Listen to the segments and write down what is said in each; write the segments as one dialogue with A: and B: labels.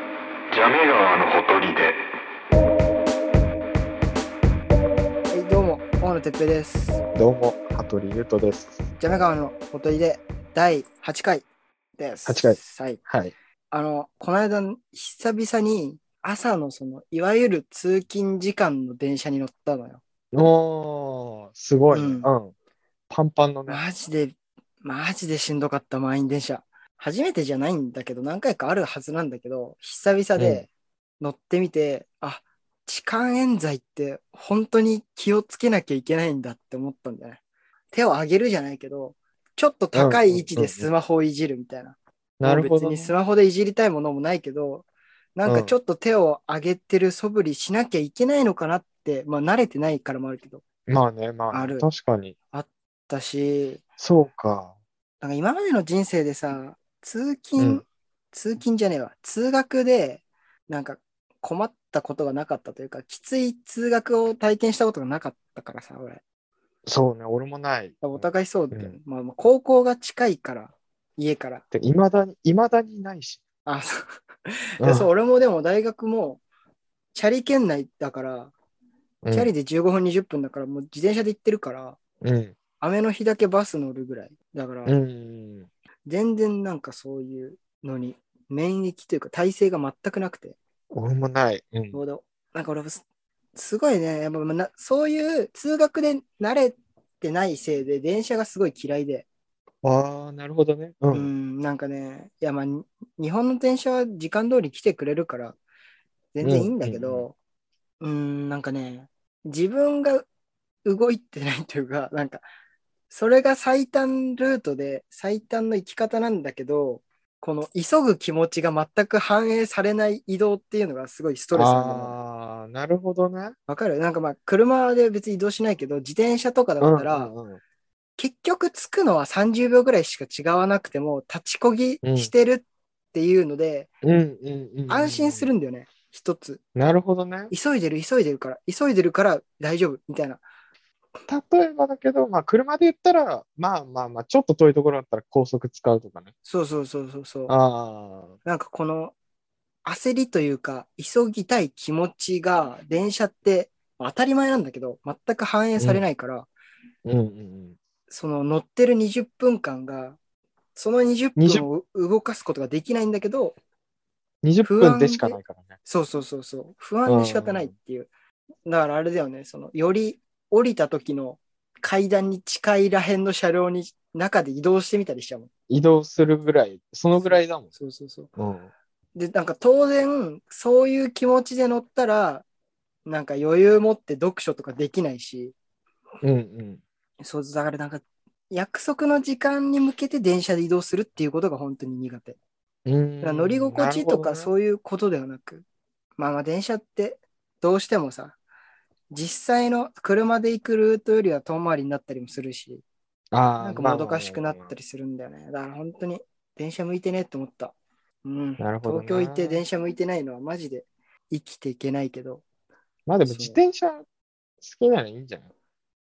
A: メ川のほとりで
B: はい、どうも、大野哲平です。
C: どうも、羽鳥優斗です。
B: ジャメ川のほとりで第8回です。
C: 8
B: 回。はい。
C: はい。
B: あの、この間、久々に朝のその、いわゆる通勤時間の電車に乗ったのよ。
C: おー、すごい、
B: う
C: うんん。パンパンのね。
B: マジで、マジでしんどかった、満員電車。初めてじゃないんだけど、何回かあるはずなんだけど、久々で乗ってみて、あ、痴漢冤罪って本当に気をつけなきゃいけないんだって思ったんだよね。手を上げるじゃないけど、ちょっと高い位置でスマホをいじるみたいな。
C: なるほ
B: 別
C: ど、
B: に
C: ね。
B: スマホでいじりたいものもないけど、なんかちょっと手を上げてる素振りしなきゃいけないのかなって、まあ慣れてないからもあるけど、
C: まあね、まあ、
B: ある
C: 確かに。
B: だし、
C: そうか。
B: なんか今までの人生でさ、通勤、
C: うん
B: 通勤じゃねえわ、通学で、なんか困ったことがなかったというか、きつい通学を体験したことがなかったからさ、俺。
C: そうね、俺もない。
B: お互いそうだよね
C: うん
B: まあ、まあ高校が近いから、家から。
C: いまだに、いまだにないし。
B: あ、そう。
C: うん
B: いやそう、俺もでも大学も、チャリ圏内だから、
C: うん
B: チャリで15分、20分だから、もう自転車で行ってるから、
C: うん。
B: 雨の日だけバス乗るぐらい。だから、
C: うん。
B: 全然なんかそういうのに免疫というか耐性が全くなくて、
C: 俺もない。うん。
B: そうだなんか俺もすすごいねやっぱなそういう通学で慣れてないせいで電車がすごい嫌いで、
C: ああ、なるほどね。う。
B: うんんなんかねいやまあに日本の電車は時間通り来てくれるから全然いいんだけどうん,、なんかね自分が動いてないというか なんかそれが最短ルートで最短の行き方なんだけどこの急ぐ気持ちが全く反映されない移動っていうのがすごいストレスなんだよね
C: ああ、なるほどね。
B: わかるなんかまあ車で別に移動しないけど自転車とかだったら、
C: うんうん
B: 結局着くのは30秒ぐらいしか違わなくても立ちこぎしてるっていうので、
C: うんうんうん。
B: 安心する。んだよね一つ
C: なるほどね。
B: 急いでる急いでるから急いでるから大丈夫みたいな
C: 例えばだけど、まあ、車で言ったら、まあまあまあ、ちょっと遠いところだったら高速使うとかね。
B: そうそうそうそうそう
C: ああ。
B: なんかこの焦りというか急ぎたい気持ちが電車って当たり前なんだけど全く反映されないから、
C: うんうん
B: その乗ってる20分間がその20
C: 20
B: 分を動かすことができないんだけど
C: うん。20分でしかないからね。
B: そうそうそうそう。不安で仕方ないっていう。だからあれだよね、その、より降りた時の階段に近いらへんの車両に中で移動してみたりしちゃうもん。
C: 移動するぐらい、そのぐらいだもん。
B: そうそうそう。
C: うん、
B: で、なんか当然、そういう気持ちで乗ったら、なんか余裕持って読書とかできないし、
C: うん、うん。
B: そう、だからなんか、約束の時間に向けて電車で移動するっていうことが本当に苦手。
C: うん
B: だから乗り心地とかそういうことではなく、まあまあ電車ってどうしてもさ、実際の車で行くルートよりは遠回りになったりもするし、
C: な
B: なんかもどかしくなったりするんだよね。だから本当に電車向いてねって思った。うん。
C: なるほどな
B: 東京行って電車向いてないのはマジで生きていけないけど、
C: まあでも自転車好きならいいんじゃない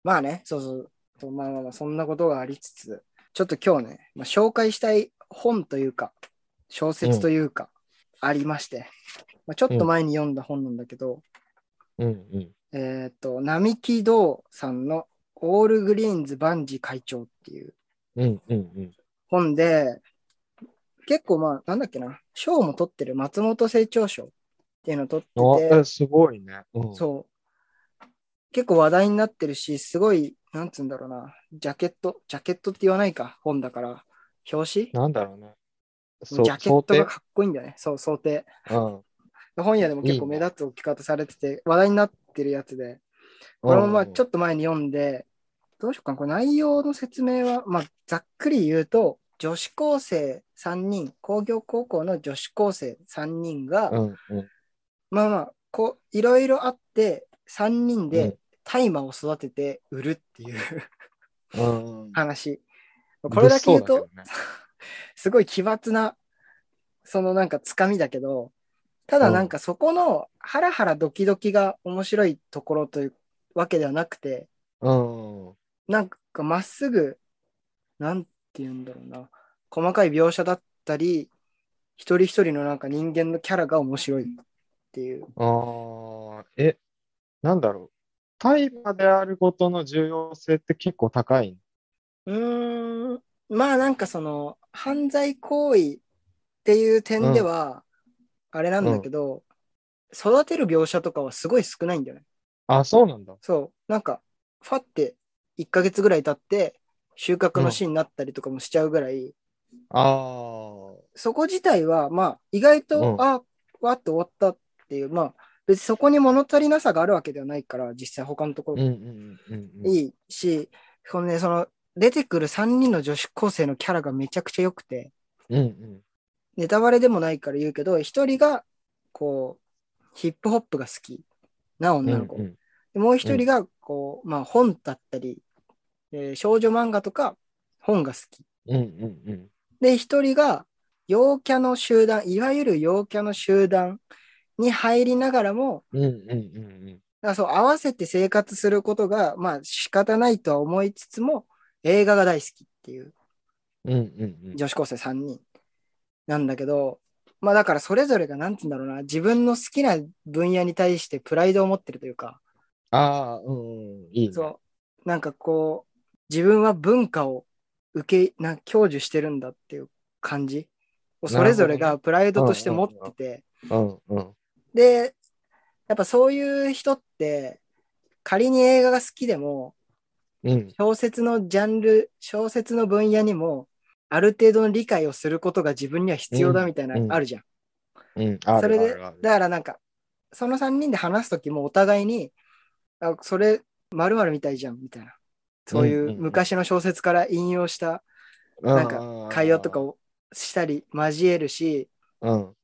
B: まあね、そうそうそう、まあまあまあそんなことがありつつ、ちょっと今日ね、まあ、紹介したい本というか、小説というか、ありまして、まあ、ちょっと前に読んだ本なんだけど、
C: うんうん。
B: えっ、と、並木道さんのオールグリーンズ万事会長っていう
C: うんうんうん。
B: 本で、結構まあ、なんだっけな、賞も取ってる松本清張賞っていうのを取ってて、
C: あすごいね。うん、
B: そう。結構話題になってるし、すごい、なんつうんだろうな、ジャケット、ジャケットって言わないか、本だから、表紙
C: なんだろうね。
B: ジャケットがかっこいいんだよね、そう、想定。
C: 想
B: 本屋でも結構目立つ置き方されてて、話題になってるやつで、
C: 定
B: これもまあ、ちょ
C: っ
B: っと前に読んで、どうしようかな、これ内容の説明は、まあ、ざっくり言うと、女子高生3人、工業高校の女子高生3人が、
C: うんうん
B: まあまあ、こう、いろいろあって、3人
C: う
B: で
C: ん
B: 大麻を育てて売るって いう
C: うんうん。
B: 話。これだけ言うと、
C: 物騒だけどね
B: すごい奇抜な、そのなんかつかみだけど、ただなんかそこのハラハラドキドキが面白いところというわけではなくて、
C: うん。
B: なんかまっすぐ、なんて言うんだろうな、細かい描写だったり、一人一人のなんか人間のキャラが面白いっていう。
C: ああ、え、なんだろう。大麻であることの重要性って結構高い。
B: うーん、まあなんかその犯罪行為っていう点では、あれなんだけど、育てる描写とかはすごい少ないんだよね。
C: あ、そうなんだ。
B: そう、なんか、ファって1ヶ月ぐらい経って、収穫のシーンになったりとかもしちゃうぐらい、
C: ああ、
B: そこ自体は、まあ、意外と、
C: うん
B: あわっと終わったっていう、まあ、別にそこに物足りなさがあるわけではないから、実際他のとこ
C: うんう
B: ろ
C: んうんうんうん。
B: いいし、このね、その、出てくる3人の女子高生のキャラがめちゃくちゃ良くて、
C: うんうん。
B: ネタバレでもないから言うけど、一人が、こう、ヒップホップが好きな女の子。
C: うんうん
B: でもう一人が、こう、まあ、本だったり、えー少女漫画とか本が好き。
C: うんうんうん。
B: で、一人が陽キャの集団、いわゆる陽キャの集団に入りながらも、
C: うんうんうんうん。
B: だからそう合わせて生活することが、まあ仕方ないとは思いつつも、映画が大好きっていう
C: うんうんうん。
B: 女子高生3人なんだけど、まあだからそれぞれがなんて言うんだろうな、自分の好きな分野に対してプライドを持ってるというか、
C: ああ、うんうん。いいね。
B: そう、なんかこう、自分は文化を受け、な享受してるんだっていう感じをそれぞれ
C: なる
B: がプライドとして持ってて、
C: うんうん。
B: で、やっぱそういう人って、仮に映画が好きでも、
C: うん。
B: 小説のジャンル、小説の分野にも、ある程度の理解をすることが自分には必要だみたいな、
C: うん
B: あるじゃん。
C: うん。ある
B: それで
C: あるある
B: だからなんか、その3人で話すときもお互いに、あそれ、まるみたいじゃんみたいな。そうい
C: んう
B: う
C: んうん
B: 昔の小説から引用したなんか会話とか。をしたり交えるし、
C: うん。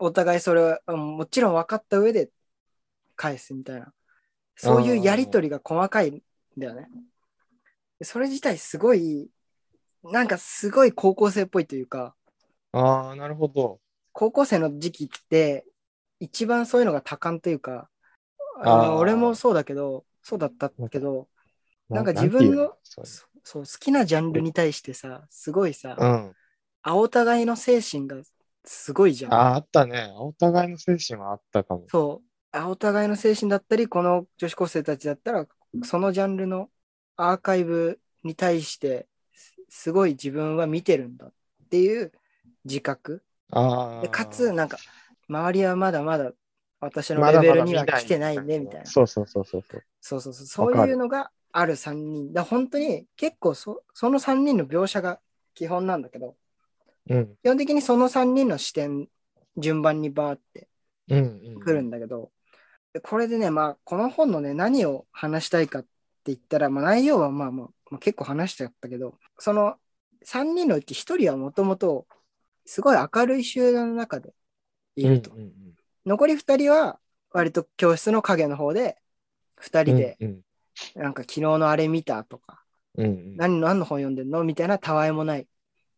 B: お互いそれはうんもちろん分かった上で返すみたいな。そういうやりとりが細かいんだよね。それ自体すごい、なんかすごい高校生っぽいというか、
C: ああ、なるほど。
B: 高校生の時期って一番そういうのが多感というか、
C: あー
B: あの俺もそうだけど、そうだったんだけど、なんか自
C: ていう
B: 分の
C: それ
B: そそう好きなジャンルに対してさ、すごいさ、
C: うん。
B: あお互いの精神がすごいじゃん。
C: ああ、あったね。お互いの精神はあったかも。
B: そう。あお互いの精神だったり、この女子高生たちだったら、そのジャンルのアーカイブに対して、すすごい自分は見てるんだっていう自覚。
C: ああ。
B: でかつ、なんか、周りはまだまだ私の
C: ま
B: レ
C: だまだ
B: ベルには
C: 見
B: 来てないね、みたいな。
C: そうそうそうそうそう。
B: そうそうそう。
C: わ
B: そ
C: か
B: う
C: る
B: いうのがある3人。だ本当に結構そ、その3人の描写が基本なんだけど、
C: うん。
B: 基本的にその3人の視点、順番にバーって
C: うんうん。
B: 来るんだけど、でこれでね、まあ、この本のね、何を話したいかって言ったら、まあ、内容はまあ、まあ、まあ結構話しちゃったけど、その3人のうち1人はもともと、すごい明るい集団の中でいると。
C: うんうん
B: 残り2人は、割と教室の影の方で、2
C: うん。
B: 人で、
C: うん
B: なんか昨日のあれ見たとか、
C: うんうん。
B: 何の何の本読んでんのみたいなたわいもない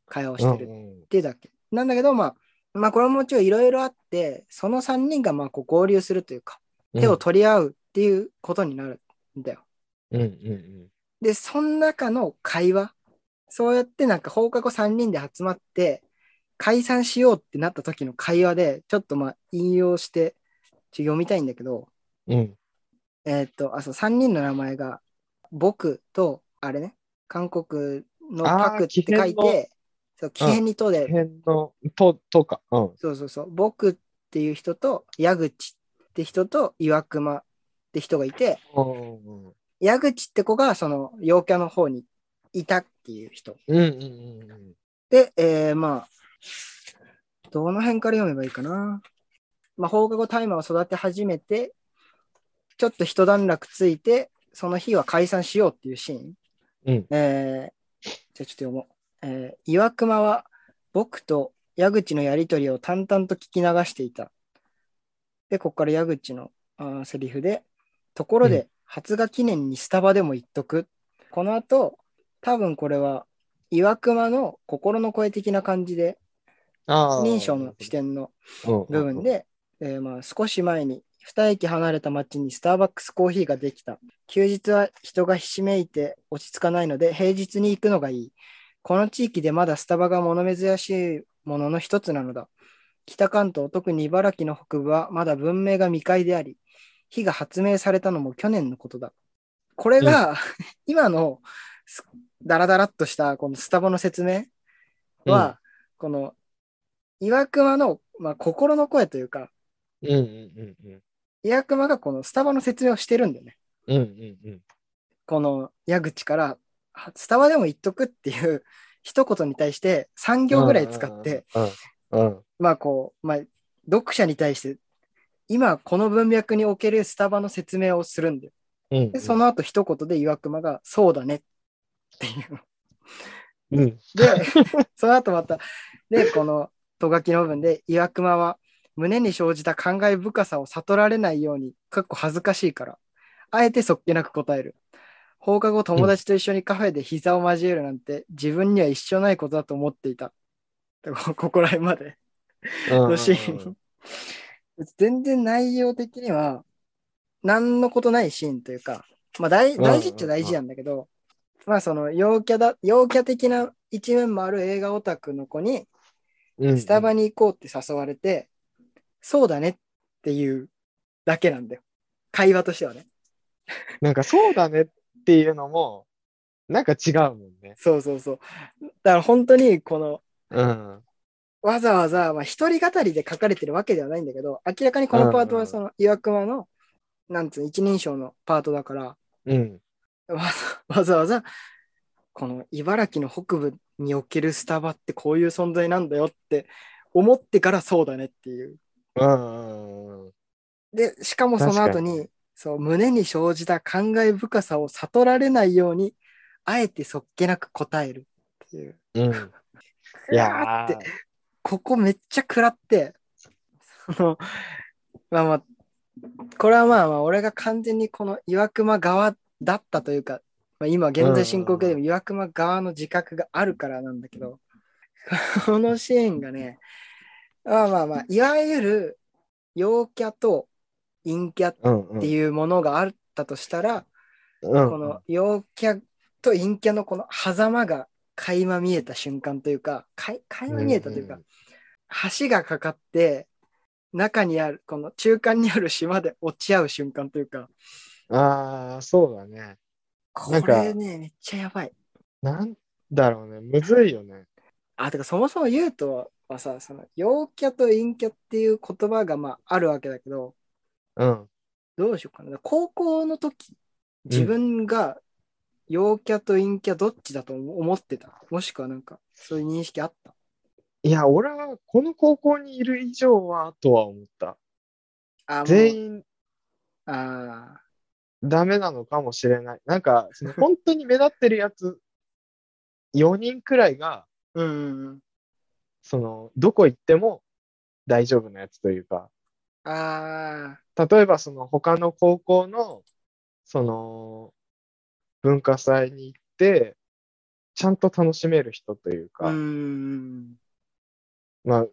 B: 会話をしてる
C: うんうん
B: ってだけ。なんだけど、まあ、まあ、これももちろんいろいろあって、その3人がまあこう合流するというか、手を取り合うっていうことになるんだよ。
C: うんうんうん
B: で、その中の会話、そうやってなんか放課後3人で集まって、解散しようってなった時の会話で、ちょっとまあ引用して、ちょ読みたいんだけど、
C: うん。うん。
B: えーっと、あ、そう、3人の名前が、僕と、あれね、韓国のパクって書い
C: あー
B: て、そう、キヘニとで、
C: 変の、と、とか。うん。
B: そうそうそう、僕っていう人と、矢口って人と、岩熊って人がいて、
C: うんうんうん
B: 矢口って子がその陽キャの方にいたっていう人。
C: うんうんうん。
B: で、えー、まあ、どの辺から読めばいいかな。まあ、放課後大麻を育て始めて、ちょっと一段落ついて、その日は解散しようっていうシーン。
C: うん
B: えーじゃあちょっと読もう。えー、岩熊は僕と矢口のやりとりを淡々と聞き流していた。で、ここから矢口のあーセリフで、ところ
C: う
B: で発芽記念にスタバでも行っとく。この後、多分これは岩熊の心の声的な感じで、
C: ああ。
B: 認証の視点の
C: 部
B: 部分。で、えーまあ少し前に2駅離れた町にスターバックスコーヒーができた。休日は人がひしめいて落ち着かないので平日に行くのがいい。この地域でまだスタバが物珍しいものの一つなのだ。北関東、特に茨城の北部はまだ文明が未開であり、火が発明されたのも去年のことだ。これが、 今のすダラダラっとしたこのスタバの説明は、この岩熊の、まあ、心の声というか、
C: うんうんうんうん。
B: 岩熊がこのスタバの説明をしてるんだよね。
C: うんうんうん。
B: この矢口から、はスタバでも言っとくっていう 一言に対して3行ぐらい使って、
C: うん。うん。
B: まあこう、まあ、読者に対して、今この文脈におけるスタバの説明をするんだよ。
C: うん。うん
B: で、そ、の後一言で岩熊が、そうだねっていう。
C: うん。
B: で、その後また、で、このト書きの部分で、岩熊は胸に生じた感慨深さを悟られないように、かっこ恥ずかしいから、あえてそっけなく答える。放課後友達と一緒にカフェで膝を交えるなんて、自分には一生ないことだと思っていた。でこここら辺まで。のシーン。 全然内容的には、何のことないシーンというか、まあ大大事っちゃ大事なんだけど、まあその陽キャだ、陽キャ的な一面もある映画オタクの子に、
C: うん。
B: スタバに行こうって誘われて、そうだねっていうだけなんだよ。会話としてはね。
C: なんかそうだねっていうのも、なんか違うもんね。
B: そうそうそう。だから本当にこの、
C: うん。
B: わざわざ、まあ、一人語りで書かれてるわけではないんだけど、明らかにこのパート
C: うんうんう
B: は
C: ん
B: その岩熊の、なんつうの一人称のパートだから、
C: うん。
B: わざわざわざこの茨城の北部におけるスタバってこういう存在なんだよって思ってからそうだねっていう。
C: うん。うん
B: で、しかもその後
C: 確か
B: に、
C: に
B: そう、胸に生じた感慨深さを悟られないように、あえてそっけなく答えるっていう。
C: うん。いや
B: くらー
C: ー
B: って、ここめっちゃ食らって、その、まあまあ、これはまあまあ、俺が完全にこの岩熊側だったというか、まあ、今現在進行形でも岩熊側の自覚があるからなんだけど、 このシーンがね、まあまあまあ、いわゆる陽キャと陰キャっ
C: うんうん。
B: ていうものがあったとしたら、
C: うん、
B: この陽キャと陰キャのこの狭間が垣間見えた瞬間というか、かい垣間見えたというか、
C: うん
B: 橋がかかって、中にある、この中間にある島で落ち合う瞬間というか、
C: うんああ、そうだね。
B: こ
C: なんか
B: れね、めっちゃやばい。
C: なんだろうね。むずいよね。
B: あ、てかそもそも言うとはさ、その陽キャと陰キャっていう言葉がまああるわけだけど、
C: うん。
B: どうしようかな。高校の時、自分が陽キャと陰キャどっちだと思ってた。もしくはなんか、そういう認識あった。
C: いや、俺はこの高校にいる以上はとは思った。
B: あもう
C: 全員
B: あ
C: ダメなのかもしれない。なんか、 その本当に目立ってるやつ、4人くらいが、
B: あ、うんうんうん。
C: その、どこ行っても大丈夫なやつというか、
B: ああ、
C: 例えばその他の高校の、その、文化祭に行って、ちゃんと楽しめる人というか、
B: うんうん
C: まあ、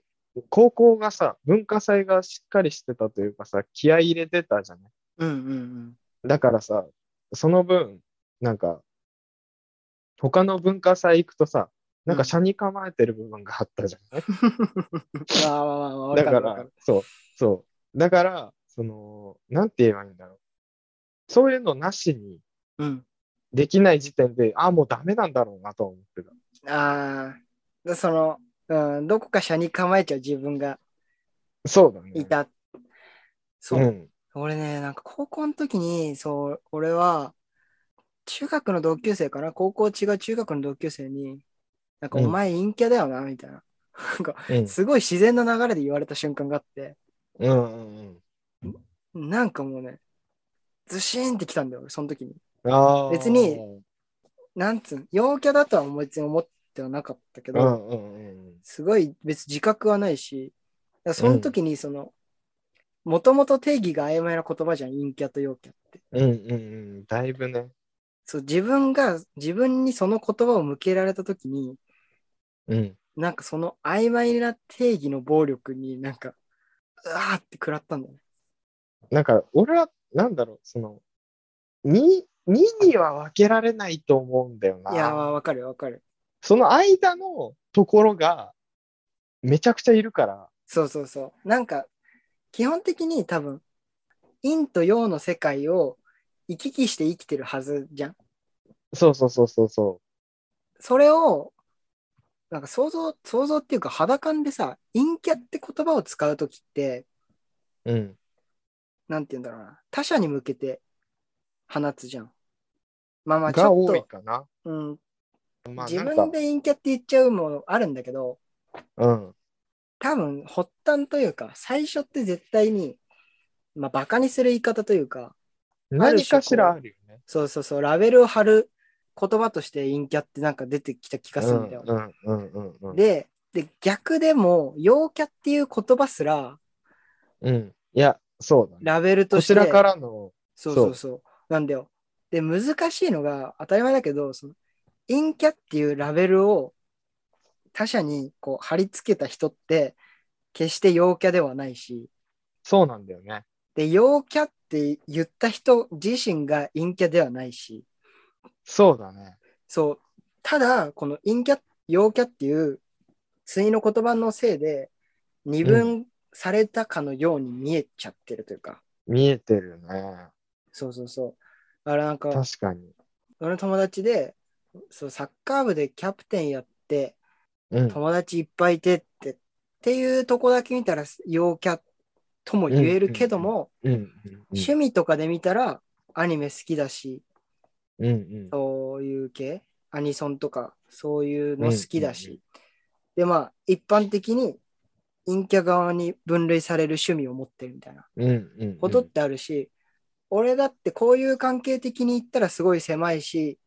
C: 高校がさ、文化祭がしっかりしてたというかさ、気合い入れてたじゃない。
B: うん。うんうん
C: だからさ、その分、なんか、他の文化祭行くとさ、な
B: う
C: んか
B: ん
C: 車に構えてる部分があったじゃない、
B: うん。ああ、まあまあまあ、 わ
C: だ
B: か
C: か
B: るわからる。、
C: そう、そう。だから、その、なんて言えばいいんだろう。そういうのなしに
B: うん。
C: できない時点で、ああ、もうダメなんだろうなとは思ってた。
B: ああ、その、うん、どこか車に構えちゃう自分が
C: そうだね。
B: いた。そうう、
C: ん。
B: 俺ね、なんか高校の時に、そう、俺は、中学の同級生かな、高校違う中学の同級生に、なんか
C: う
B: お
C: ん
B: 前陰キャだよな、みたいな。なんか、
C: うん。
B: すごい自然な流れで言われた瞬間があって、
C: うんうん
B: なんかもうね、ずしーんってきたんだよ、俺、その時に。
C: うん。ああ。
B: 別に、なんつうの、陽キャだとは思いつ思ってはなかったけ
C: う
B: ど、
C: んうんうんうん。
B: すごい別に自覚はないし、だからその時にその、もともと定義が曖昧な言葉じゃん、陰キャと陽キャって。
C: うんうんうん。だいぶね。
B: そう、自分が、自分にその言葉を向けられた時に、
C: うん。
B: なんかその曖昧な定義の暴力になんか、うわーって食らったんだよね。
C: なんか、俺は、なんだろう、その、に、にには分けられないと思うんだよな。
B: いやー、わかるよわかる。
C: その間のところが、めちゃくちゃいるから、
B: そうそうそう。なんか、基本的に多分、陰と陽の世界を行き来して生きてるはずじゃん。
C: そうそうそうそうそ
B: それを、なんか想像、想像っていうか肌感でさ、陰キャって言葉を使うときって、
C: う。うん。
B: なんて言うんだろうな、他者に向けて放つじゃん。まあまあち
C: が
B: ょっ
C: 多い
B: と、
C: かな。
B: うん、
C: まあ
B: 自
C: なん
B: 分
C: か、
B: で陰キャって言っちゃうものあるんだけど、
C: うん。
B: 多分発端というか最初って絶対に、まあ、バカにする言い方というか
C: 何かしらあるよね。
B: そうそうそうラベルを貼る言葉として陰キャってなんか出てきた気がするんだよ。
C: うんうんうんうんうん。
B: でで逆でも陽キャっていう言葉すら
C: うん。いや、そうだね。
B: ラベルと
C: こ
B: して
C: ちらからの、
B: そうそうそうなんだよ。で難しいのが当たり前だけどその陰キャっていうラベルを他者にこう貼り付けた人って決して陽キャではないし。
C: そうなんだよね。
B: で、陽キャって言った人自身が陰キャではないし、
C: そうだね。
B: そう、ただ、この陰キャ、陽キャっていう、対の言葉のせいで、二分されたかのように見えちゃってるというか、
C: 見えてるね。
B: そうそうそう。だからなんか、
C: 確かに。
B: 俺の友達で、そうサッカー部でキャプテンやって、
C: うん。
B: 友達いっぱいいてって、っていうとこだけ見たら陽キャとも言えるけども、
C: うんうんうん
B: 趣味とかで見たらアニメ好きだし、
C: うんうん
B: そういう系、アニソンとか、そういうの好きだし、
C: うんうん
B: で、まあ、一般的に陰キャ側に分類される趣味を持ってるみたいな
C: うんうんうん。
B: ことってあるし、俺だってこういう関係的に言ったらすごい狭いし、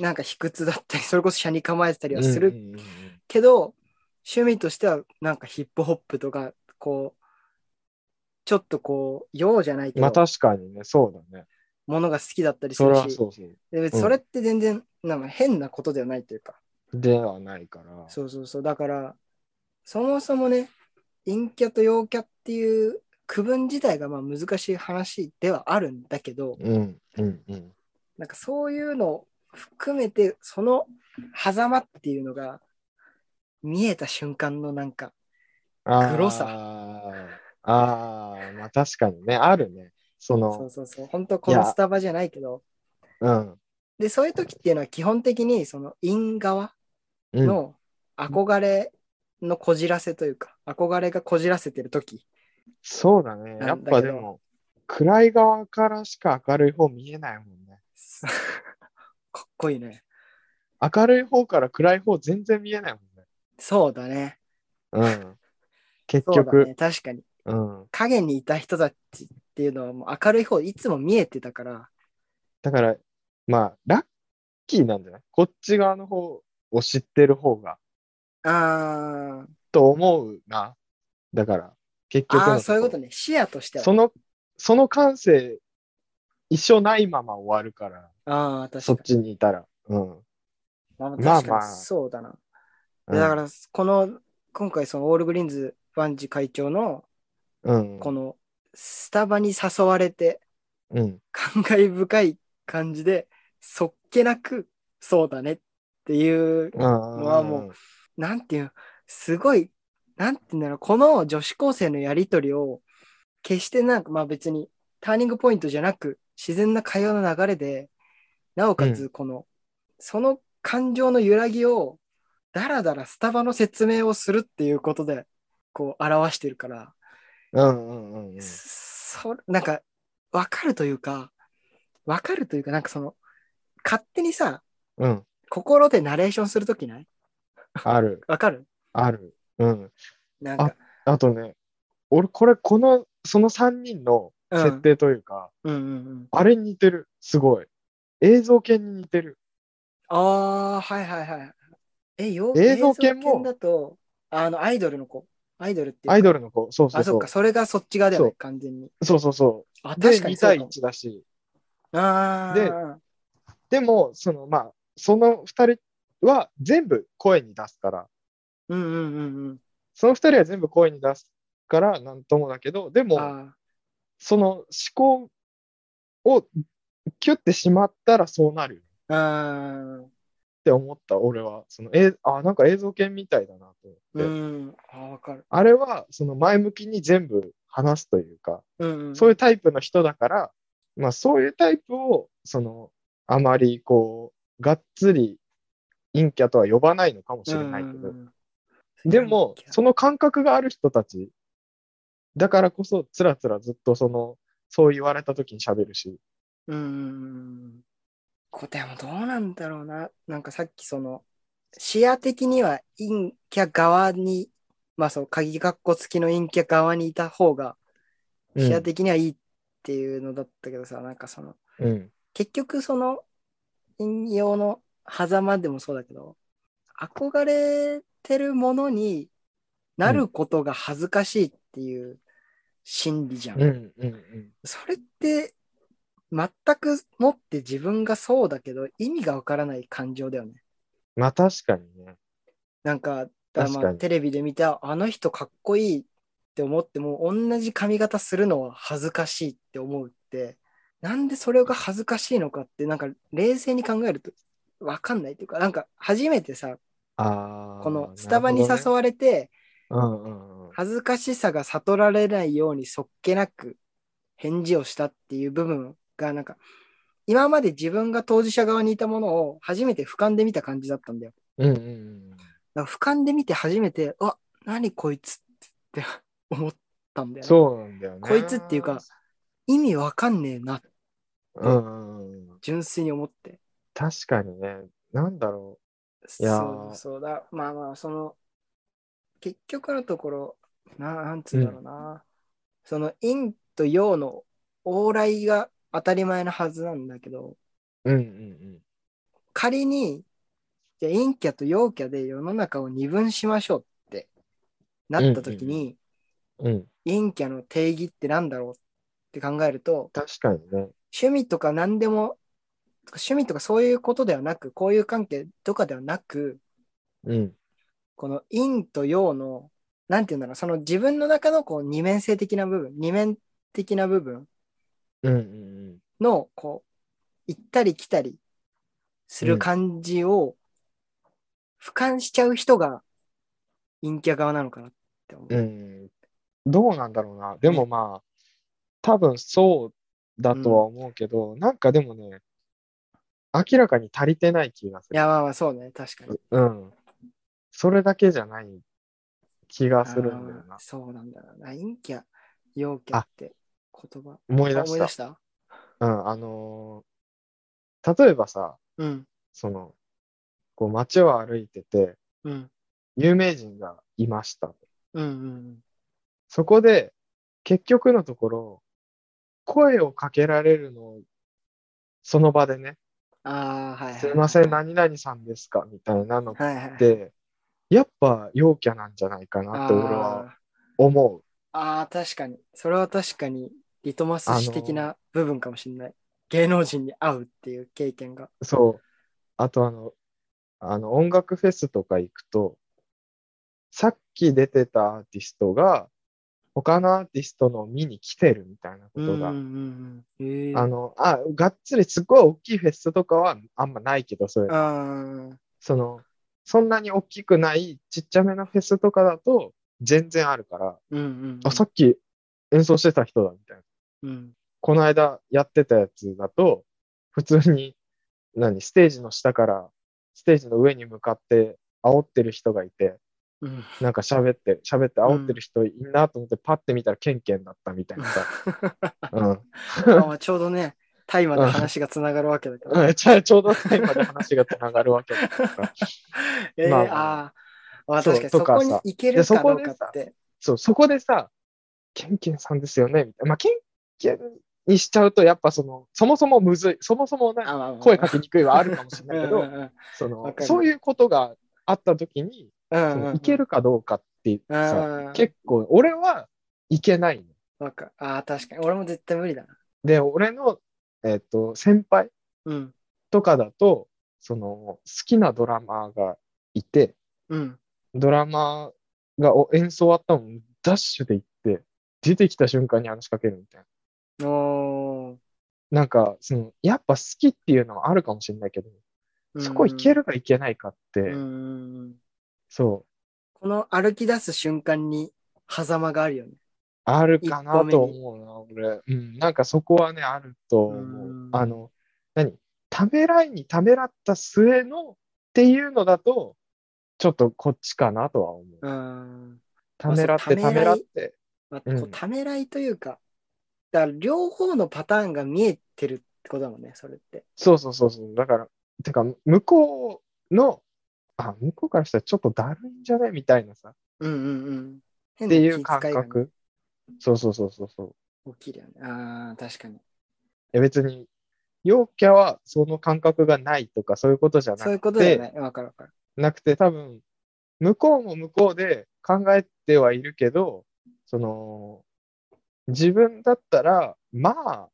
B: なんか卑屈だったり、それこそ車に構えてたりはす
C: うん
B: る
C: うんうんうん。
B: けど、趣味としてはなんかヒップホップとか、こう、ちょっとこう、用じゃないけ
C: ま
B: ど
C: あ、確かにね、そうだね。
B: ものが好きだったりす
C: そ
B: る
C: れ
B: し、
C: はそうそう。
B: で別
C: う
B: に
C: ん
B: それって全然、なんか変なことではないというか、
C: ではないから。
B: そうそうそう。だから、そもそもね、陰キャと陽キャっていう区分自体がまあ難しい話ではあるんだけど、
C: うんうんうん。
B: なんかそういうのを含めて、その狭間っていうのが見えた瞬間のなんか、
C: あー
B: 黒さ。
C: あーまあ確かにね、あるね。
B: そ
C: そ
B: う
C: の、
B: そうそう、本当このスタバじゃないけど、
C: うん。
B: で、そういう時っていうのは基本的にその陰側
C: うん、
B: の憧れのこじらせというか、憧れがこじらせてる 時。
C: そうだね。や
B: な
C: っ
B: んだ
C: ぱ
B: け
C: で
B: ど
C: も、暗い側からしか明るい方見えないもんね。
B: かっこいいね。
C: 明るい方から暗い方全然見えないも
B: そうだね。
C: んね。うん。結
B: そうだ
C: 局、
B: ね。確かに。
C: うん。
B: 影にいた人たちっていうのはもう明るい方いつも見えてたから
C: だから、まあ、ラッキーなんじゃないこっち側の方を知ってる方が、
B: あー
C: と思うな。だから、結局の
B: あー
C: ろ
B: そういうことね視野としては
C: その、その感性、一生ないまま終わるから、
B: ああ確か
C: そっ
B: に
C: ちにいたら。うん。
B: まあまあ
C: まあ
B: 確か
C: まあ
B: にそうだな、
C: うん
B: だからこの今回そのオールグリーンズファンジ会長の
C: うん。
B: このスタバに誘われて
C: うん。
B: 感慨深い感じでそっけなくそうだねっていう
C: うん。
B: はもなんていうのすごい、なんていうんだろう、この女子高生のやりとりを、決してなんか、まあ別にターニングポイントじゃなく、自然な会話の流れで、なおか
C: う
B: つ、この、その感情の揺らぎを、だらだらスタバの説明をするっていうことで、こう、表してるから、
C: うんうんうんうん。
B: そなんか、わかるというか、わかるというか、なんかその、勝手にさ、
C: うん。
B: 心でナレーションするときない
C: ある、
B: わかる
C: ある。うん。
B: なんか、
C: あとね、俺、これ、この、その3人の設定というか、
B: うんうんうん。
C: あれに似てる。すごい。映像犬に似てる。
B: ああ、はいはいはい。え、よ
C: 映像犬も
B: 映だと、あの、アイドルの子。アイドルっていうか
C: アイドルの子。そうそう
B: あ、
C: そ
B: そうっか、。それがそっち側だよね
C: そう、
B: 完全に。
C: そうそうそ
B: あ、
C: う。で、
B: 確かに
C: 2
B: そう
C: 対
B: かも。
C: 1だし。
B: ああ、
C: ででも、その、まあ、その2人は全部声に出すから、
B: うんうんうん
C: その2人は全部声に出すから、なんともだけど、で
B: うん。
C: も、
B: あ
C: その思考をキュッてしまったらそうなるよね。
B: ーあー、
C: って思った俺は、その、え、あ、なんか映像犬みたいだなと思っ
B: う
C: て。
B: ん。あ、わかる。
C: あれは、その前向きに全部話すというか、
B: うん、うん。
C: そう
B: い
C: いうタイプの人だから、まあそういうタイプを、その、あまりこう、がっつり陰キャとは呼ばないのかもしれないけど、でも、その感覚がある人たち、だからこそ、つらつらずっとその、そう言われた時に喋るし、
B: うんうん。こでもどうなんだろうな。なんかさっきその、視野的には陰キャ側に、まあそう、鍵括弧付きの陰キャ側にいた方が、
C: うん
B: 視野的にはいいっていうのだったけどさ、なんかその、
C: うん、
B: 結局その、陰陽の狭間でもそうだけど、憧れてるものになることが恥ずかしいっていう心理じゃ
C: うん、うん、うん。
B: それって全くもって自分がそうだけど意味がわからない感情だよね。
C: まあ確かにね。
B: なんかだからまあ
C: 確かに
B: テレビで見たあの人かっこいいって思っても同じ髪型するのは恥ずかしいって思うってなんでそれが恥ずかしいのかってなんか冷静に考えるとわかんないというかなんか初めてさ
C: ああ。
B: このスタバに誘
C: わ
B: われて
C: うん、うん、うん。
B: 恥ずかしさが悟られないようにそっけなく返事をしたっていう部分がなんか今まで自分が当事者側にいたものを初めて俯瞰で見た感じだったんだよ。
C: うん、うんうん。
B: だから俯瞰で見て初めて「うわ何こいつ」って 思ったんだよね、
C: そうなんだよね。
B: こいつっていうか、意味わかんねえな
C: うんうんうん、
B: 純粋に思って。
C: 確かにね、なんだろいやー
B: そうそうだまあまあその結局のところななんつうんだろうな、その陰と陽の往来が当たり前のはずなんだけど
C: う。うんうん
B: 仮にじゃあ陰キャと陽キャで世の中を二分しましょうってなった時に、
C: うん。うん、
B: 陰キャの定義ってなんだろうって考えると
C: 確かにね。
B: 趣味とか何でも趣味とかそういうことではなく交友関係とかではなく、
C: うん。
B: この陰と陽の、なんていうんだろう、その自分の中のこう二面性的な部分、二面的な部分
C: うんうん
B: の、こう、行ったり来たりする感じを、俯瞰しちゃう人が陰キャ側なのかなって思う。
C: うん。うん。どうなんだろうな。でもまあ、多分そうだとは思うけど、なんかでもね、明らかに足りてない気がす
B: い
C: る。
B: や、まあまあ、そうね、確かに。
C: うん。それだけじゃない気がするんだよ
B: あ
C: な
B: ー。そうなんだよな。陰キャ、陽キャって言葉。
C: 思い
B: あ
C: 出した。
B: した
C: うん、あのー例えばさ、
B: うん、
C: その、こう街を歩いてて、
B: うん、
C: 有名人がいました。
B: うん、うん。
C: そこで、結局のところ、声をかけられるのを、その場でね、
B: ああ、はい、はい。
C: すいません、何々さんですかみたいなのっ
B: はいはい。
C: て、やっぱ陽キャなんじゃないかなって俺
B: あー
C: は思う。
B: ああ、確かに。それは確かに、リトマス
C: あ
B: 紙
C: のー
B: 的な部分かもしれない。芸能人に会うっていう経験が。
C: そう。あとあの、あの音楽フェスとか行くと、さっき出てたアーティストが、他のアーティストのを見に来てるみたいなこ
B: うんう
C: と
B: んう
C: が、
B: んうん。へー
C: あの、あ、がっつりすごい大きいフェスとかはあんまないけど、そういうの
B: あ
C: その、そんなに大きくないちっちゃめのフェスとかだと全然あるから、
B: ー、うんうん。
C: あ、さっき演奏してた人だみたいな。
B: うん。
C: この間やってたやつだと、普通に、何、ステージの下から、ステージの上に向かって煽ってる人がいて、
B: うん。
C: なんか喋って、喋って煽ってる人いんなと思ってパッて見たらケンケンだったみたいなさ。うん。
B: あちょうどね、大麻で話がつながるわけだけど。
C: うん ちょちょうどタイまで話がつながるわけだから。
B: えー、
C: まあ
B: あ
C: まあ
B: あー、まあ、
C: そう
B: 確かにそこに
C: とかさ
B: 行けるかどうか
C: でそ
B: っ
C: こ
B: て。
C: そう、そこでさ、ケンケンさんですよね、みたいな。まあ、ケンケンにしちゃうと、やっぱその、そもそもむずい、そもそもね、
B: あまあまあ
C: 声かけにくいはあるかもしれないけ
B: うん
C: ど、
B: うんうん
C: その
B: わかる
C: そういうことがあった時に、
B: うん
C: そ
B: うんう
C: の
B: ん
C: いけるかどうかってさ、
B: うん
C: 結構、俺はいけないの。
B: わかああ、確かに。俺も絶対無理だな。
C: で、俺の、えっと、先輩
B: うん。
C: とかだと、その、好きなドラマーがいて、
B: うん。
C: ドラマーがお演奏終わったのにダッシュで行って、出てきた瞬間に話しかけるみたいな。
B: おー。
C: なんか、その、やっぱ好きっていうのはあるかもしれないけど、そこ行けるか行けないかって、
B: うん
C: そう、
B: この歩き出す瞬間に狭間があるよね。
C: あるか
B: 一歩
C: な
B: 目に
C: と思うな、俺。うん、なんかそこはね、あると思
B: うん
C: う。あの、何ためらいにためらった末のっていうのだと、ちょっとこっちかなとは思う。
B: うん
C: ためらっ
B: そう
C: て
B: た
C: た
B: め
C: め
B: ら
C: ら
B: い
C: って。
B: まあ
C: うん
B: こうためらいというか、だから両方のパターンが見えてるってことだもんね、それって。
C: そうそうそうそう。だから、てか、向こうの、あ、向こうからしたらちょっとだるいんじゃねみたいなさ、
B: うんうんうん。変
C: って
B: ない気
C: う感
B: 遣いがね
C: 覚。そうそうそうそうそう。
B: 起きるよね。ああ、確かに。
C: いや別に、陽キャはその感覚がないとかそういうことじゃなくて、
B: そういうことだよね。わかるわかる。
C: なくて多分向こうも向こうで考えてはいるけどその自分だったらまあ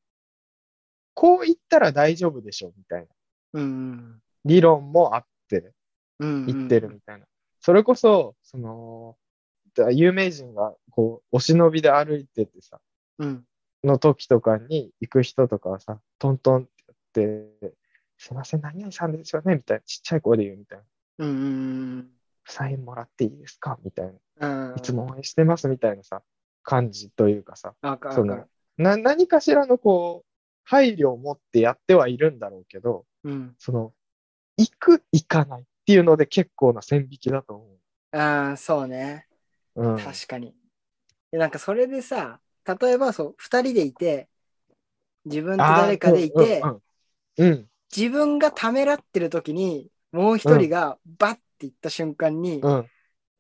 C: こう言ったら大丈夫でしょみたいな
B: うん
C: 理論もあって
B: うん。うんうん
C: 言ってるみたいな、それこそそのだ有名人がこうお忍びで歩いててさ
B: うん。
C: の時とかに行く人とかはさトントンってやって「すいません何々さんですよね」みたいなちっちゃい声で言うみたいな
B: うんうん
C: 「サインもらっていいですか?」みたいな。
B: うん。
C: いつも応援してますみたいなさ、感じというかさ、
B: うん。わかる
C: そ
B: わか
C: の
B: る。
C: な何かしらのこう、配慮を持ってやってはいるんだろうけど、
B: うん。
C: その、行く、行かないっていうので結構な線引きだと思
B: ああ、そうね。
C: う。うん、
B: 確かに。でなんかそれでさ、例えばそう、二人でいて、自分と誰かでいて
C: あ、ーうんうん
B: 自分がためらってる時に、もう一人がバッて言った瞬間に
C: う、ん、うん、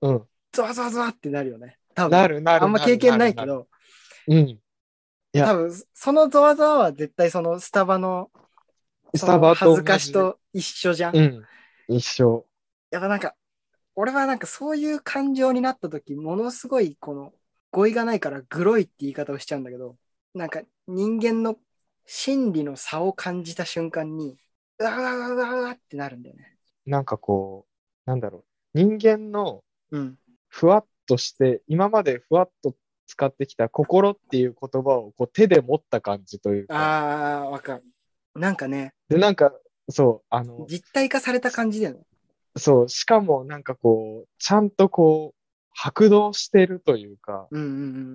C: うん
B: ゾワゾワゾワってなるよね。多
C: な
B: 分。
C: るなる。
B: あんま経験ないけ
C: る。
B: ど、
C: るうん。いや
B: 多分、そのゾワゾワは絶対そのスタバの
C: スタバと
B: その
C: 同
B: 恥ず
C: じ
B: かし。と一緒じゃん。
C: うん。一緒。
B: やっぱなんか、俺はなんかそういう感情になった時、ものすごいこの語彙がないからグロいって言い方をしちゃうんだけど、なんか人間の心理の差を感じた瞬間に、うわうわうわうわうわってなるんだよね。
C: なんかこう、なんだろう。人間の、
B: うん。
C: ふわっとして今までふわっと使ってきた心っていう言葉をこう手で持った感じというか
B: あー、わかる。なんかね、
C: でなんかそうあの
B: 実体化された感じだよね。
C: そうしかもなんかこうちゃんとこう拍動してるというか
B: うんう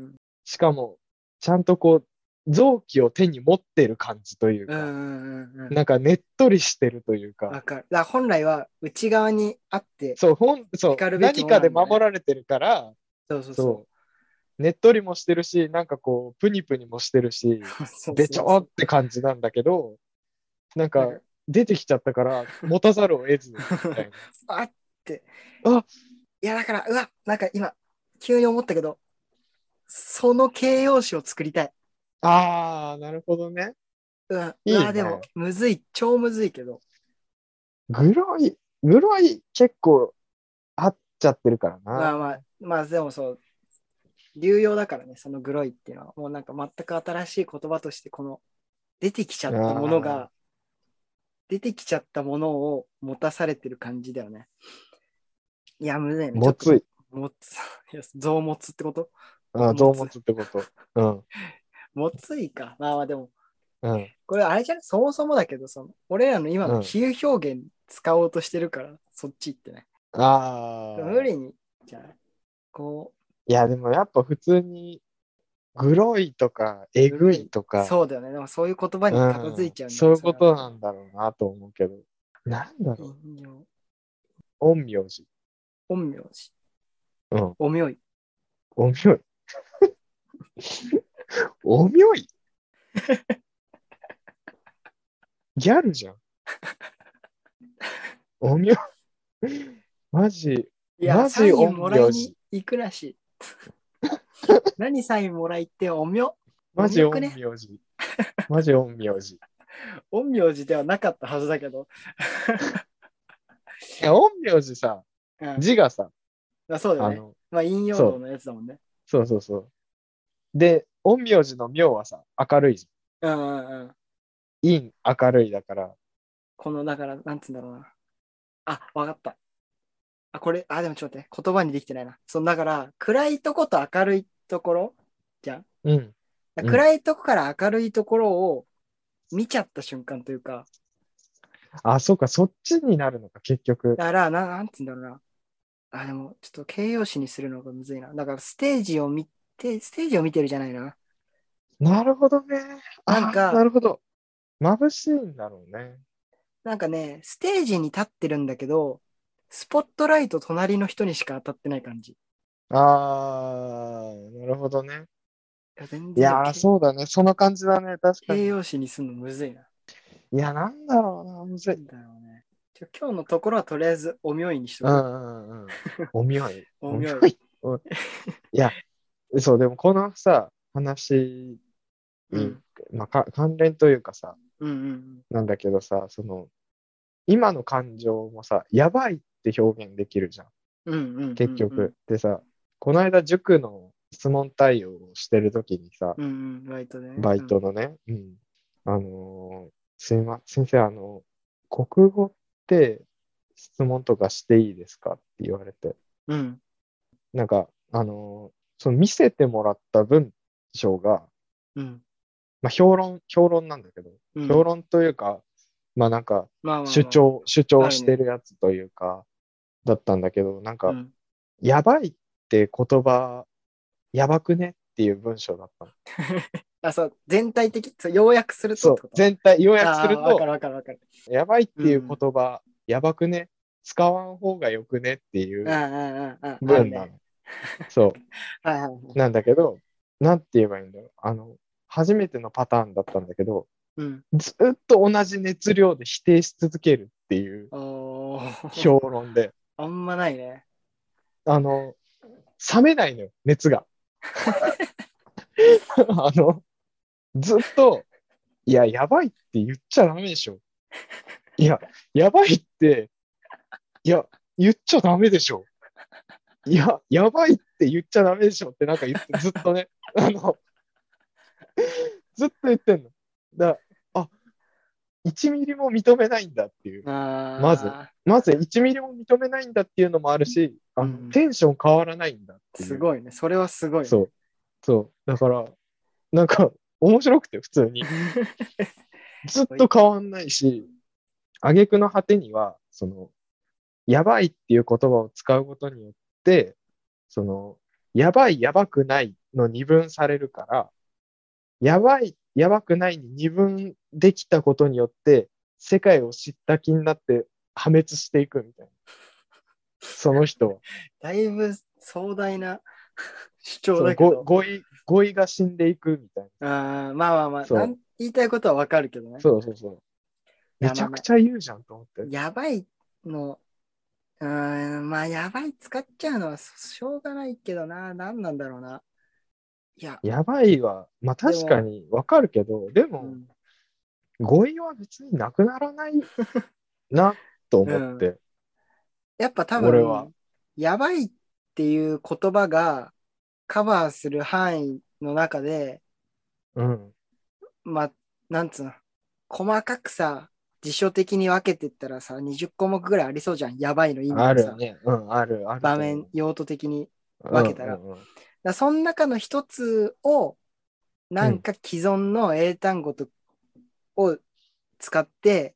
B: ん
C: しかもちゃんとこう臓器を手に持ってる感じという
B: うん。うんう
C: か、
B: んうんうん。
C: なんかねっとりしてるという
B: わ
C: か
B: かる。だから本来は内側にあって、
C: そうほんそう
B: 光るべき
C: 何
B: ものなん
C: か
B: だ
C: で
B: ね
C: 守られてるから
B: そうそうそ
C: そうねっとりもしてるしなんかこうプニプニもしてるし
B: う。そうそうそう
C: べちょーって感じなんだけど、なんか出てきちゃったから持たざるを得ずみた い
B: あって。
C: あ
B: いや、だから、うわ、なんか今、急に思ったけど、その形容詞を作りたい。
C: な。ああ、なるほどね。
B: うわ、
C: いいね
B: うわでも、むずい、超むずいけど。
C: グロい、グロい結構合っちゃってるからな。
B: まあまあ、まあでもそう、流用だからね、そのグロいっていうのは、もうなんか全く新しい言葉として、この、出てきちゃったもの
C: あ
B: が、出てきちゃったものを持たされてる感じだよね。いや、むずいね。
C: も
B: ち
C: つ
B: ょっ
C: い。
B: と。もつ、いや、増もつってこと
C: あ
B: もつ
C: どうもつってこと。
B: もついか。まあまあでも、
C: うん。うん。
B: これあれじゃないそもそもだけど、その俺らの今
C: う
B: の
C: ん
B: 比喩表現使おうとしてるから、そっち行ってね。
C: ああ。
B: 無理に、じゃあ、こ
C: いや、でもやっぱ普通に、グロいとか、えぐいと
B: う、
C: か、
B: そうだよね。でもそういう言葉に片付いちゃうんんだ
C: そういうことな
B: だ
C: んだろうなと思うけど。なんだ
B: そ
C: ろ
B: れ
C: う
B: は。引用。
C: 陰陽師。
B: 陰陽師。
C: うん。
B: おみょい。
C: おみょい。 おみょいギャルじゃん。おみょい。マジ、
B: いや、
C: マジ
B: サインもらい
C: 陰陽
B: に
C: 師
B: 行くらしい。 何サインもらいって、おみょ、
C: マジ
B: おみょくね
C: 陰陽師。マジ陰陽師。い
B: 陰陽師ではなかったはずだけど。
C: や、陰陽師さ、
B: うん、
C: 字がさ、
B: まあそうだよ
C: あ
B: ね。
C: の、
B: まあ、引用道のやつだもんね。
C: そうそうそう。で、陰陽師の妙はさ、明るいじ
B: うんうんうん。
C: ゃん。陰、明るいだから、
B: この、だから、なんつうんだろうな。あ、わかった。あ、これ、あ、でもちょっと待って、言葉にできてないな。そのだから、暗いとこと明るいところじゃん。
C: うん、
B: だ
C: うん
B: 暗いとこから明るいところを見ちゃった瞬間というか、
C: あ、そうか、そっちになるのか、結局。
B: だから、ななんつうんだろうな。あ、でも、ちょっと形容詞にするのがむずいな。だから、ステージを見て、ステージを見てるじゃないな。
C: なるほどね。あ
B: なんか
C: なるほど。眩しいんだろうね。
B: なんかね、ステージに立ってるんだけど、スポットライト隣の人にしか当たってない感じ。い
C: あー、なるほどね。
B: や、全
C: い
B: 然
C: やー、
B: け
C: そうだね。その感じだね。確か
B: 形
C: に。
B: 容詞にするのむずいな。
C: いや、なんだろうな。むず。
B: ないんだろうね。ちょ今日のところはとりあえず、お妙いにしと
C: う
B: く。
C: んうんうん。おみょい。
B: お妙
C: お
B: い。
C: うんいや、そう、でもこのさ、話、
B: うん。
C: まあ、か関連というかさ、
B: うんうん
C: なんだけどさ、その、今の感情もさ、やばいって表現できるじゃん。
B: うん。うんうん。
C: 結局。。でさ、この間塾の質問対応をしてる時にさ、
B: うんうん。バイトでね。
C: バイトのね、うん。あのーすいま、先生、あの、国語って質問とかしていいですかって言われて、
B: うん。うん。
C: なんか、あのーその見せてもらった文章が、
B: うん。
C: まあ、評論、評論なんだけど、
B: うん
C: 評論というか、まあなんか、
B: まあまあまあ
C: 主張、主張してるやつというか、だったんだけど、なんか、
B: うん
C: やばいって言葉、やばくねっていう文章だったの。
B: あ、そう、全体的、そう要約すると
C: そ
B: っ
C: う
B: てこ、と。
C: 全体、要
B: 体
C: 約する
B: わか
C: と、
B: るわかるわかる。
C: やばいっていう言葉、やばくね使わん方がよくねってい
B: うんうんうん
C: う
B: うん。ある
C: 文
B: ね
C: なの。そ
B: はいはいは
C: う。
B: い。
C: なんだけど、なんて言えばいいんだろう。あの、初めてのパターンだったんだけど、
B: うん。
C: ずっと同じ熱量で否定し続けるっていう
B: おー。
C: 評論で、
B: あんまないね。
C: あの、冷めないのよ、熱が。 あの、ずっと、いや、やばいって言っちゃダメでしょ。いや、やばいって、いや、言っちゃダメでしょ。いや、やばいって言っちゃダメでしょってなんか言って、ずっとね、 あの、ずっと言ってんの。だあ、1ミリも認めないんだっていう。
B: あー
C: まずまず1ミリも認めないんだっていうのもあるし、あの
B: うん
C: テンション変わらないんだっていう。
B: すごいね。それはすごい、ね。
C: そう。そう。だから、なんか、面白くて、普通に。ずっと変わんないし、挙句の果てには、その、やばいっていう言葉を使うことによって、その、やばい、やばくないの二分されるから、やばい、やばくないに二分できたことによって、世界を知った気になって破滅していくみたいな。その人は。
B: だいぶ壮大な主張
C: そう
B: だけ
C: 語
B: ど。
C: 語彙語彙が死んでいくみたいな。
B: あーまあまあまあ
C: そう
B: なん、言いたいことはわかるけどね。
C: そうそうそう。
B: いや
C: めちゃくちゃ言うじゃんと思って。
B: やばいの、うーん、まあ、やばい使っちゃうのはそしょうがないけどな。何なんだろうな。いや、
C: やばいは、まあ確かにわかるけど、でも、
B: うん
C: 語彙は別になくな らないなと思って。
B: やっぱ多
C: 俺は
B: 分、やばいっていう言葉がカバーする範囲の中で、
C: うん。
B: まあ、なんつうの、細かくさ、辞書的に分けてったらさ、20項目ぐらいありそうじゃん。やばいの意味
C: あ
B: が
C: る
B: さ、
C: よね。うん、ある、ある。
B: 場面、用途的に。
C: うん
B: 分けたら
C: うんう
B: だ
C: ん
B: からその中の一つを、なんか既存の英単語と、を使って、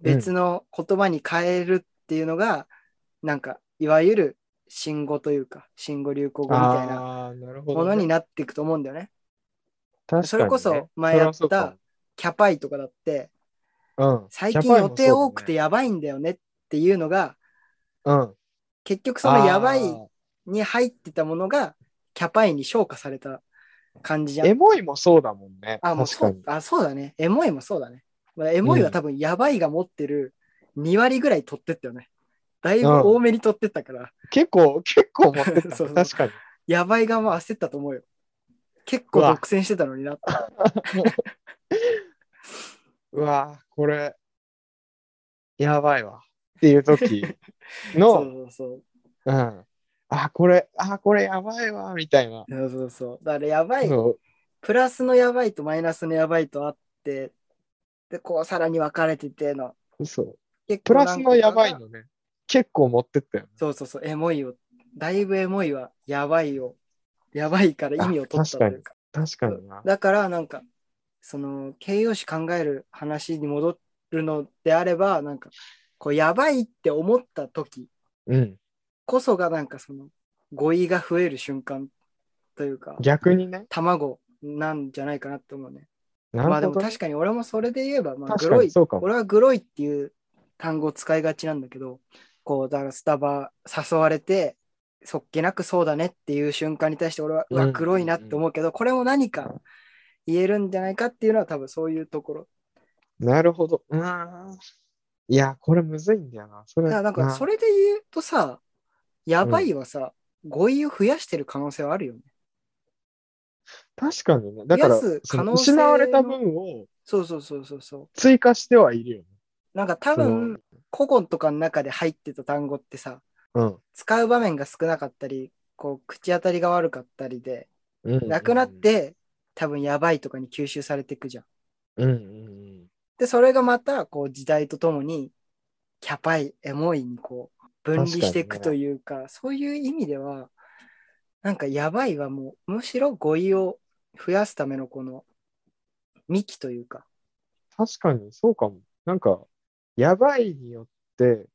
B: 別の言葉に変えるっていうのが、なんか、いわゆる新語というか、新語流行語みたいな
C: あーなるほ
B: も
C: ど
B: の
C: ね、
B: になっていくと思うんだよね。
C: 確かにね
B: それこそ前
C: れ
B: や
C: は
B: っ
C: そう
B: た
C: か
B: キャパイとかだって、
C: もうん、
B: 最
C: キ
B: 近
C: ャパイ
B: 予
C: も
B: 定多くて
C: そう
B: やばいんだよねっていうのが、
C: だね、うん、
B: 結局そのやばい
C: あ
B: に入ってたものが、キャパイに昇華された感じじゃ
C: ー
B: ん。
C: エモいもそうだもんね。
B: あ、もう
C: 確
B: そ
C: か
B: う
C: に。
B: あそうだね。エモいもそうだね。まあエモいは多分、やばいが持ってる2割ぐらい取ってったよね。だいぶ多めに取ってったから、
C: 結構、結構持ってた ね
B: そうそう
C: 確かに。
B: やばいがもう焦ったと思うよ。結構
C: うわ
B: 独占してたのになって。
C: うわーこれ、やばいわ。っていう時
B: そ
C: の、
B: うそうそう。
C: うん。あー、これ、あー、これやばいわ、みたいな。
B: そうそうそう。だからやばい、
C: そう
B: プラスのやばいとマイナスのやばいとあって、で、こうさらに分かれてての。
C: そう。
B: 結
C: プ
B: 構
C: ラ
B: 何個
C: ス
B: かが
C: のやばい。のね、結構持ってったよね。
B: そうそうそう、エモいを。だいぶエモいは、やばいを。やばいから意味を取ったというか。
C: 確かにな。
B: だからなんかその形容詞考える話に戻っるのであれば、なんか、こう、やばいって思った時
C: うん。
B: こそが、なんかその、語彙が増える瞬間というか、
C: 逆にね。
B: 卵なんじゃないかなって思うね。
C: な
B: まあで
C: る
B: も
C: ほどね。
B: 確かに俺もそれで言えば、まあ、
C: 確
B: グ
C: か
B: ロ
C: に
B: い、
C: そうかも。
B: 俺はグロいっていう単語を使いがちなんだけど、こう、だからスタバ誘われて、そっけなくそうだねっていう瞬間に対して俺は、う
C: う
B: わ、
C: ん
B: グロいなって思うけど、これも何か言えるんじゃないかっていうのは多分そういうところ。
C: なるほど。うーん。いや、これむずいんだよな。それ
B: だからなんかそれで言うとさ、やばいはさ、語彙を増やしてる可能性はあるよね。
C: 確かにね。だから、
B: 増やす
C: そ
B: 可
C: の
B: 能性
C: 失
B: の
C: われた分を
B: そうそうそうそうそう。
C: 追加してはいるよね。
B: なんか多分、古今とかの中で入ってた単語ってさ、
C: うん。
B: 使う場面が少なかったり、こう口当たりが悪かったりで、
C: うん
B: なくなっ、て、多分やばいとかに吸収されていくじゃん。
C: うんうん
B: で、それがまたこう時代とともに、キャパイ、エモいにこう分離していく
C: 確か
B: と
C: に
B: いうか、そういう意味では、なんかやばいはもう、むしろ語彙を増やすためのこの幹というか、
C: 確かにそうかも。なんか、やばいによって、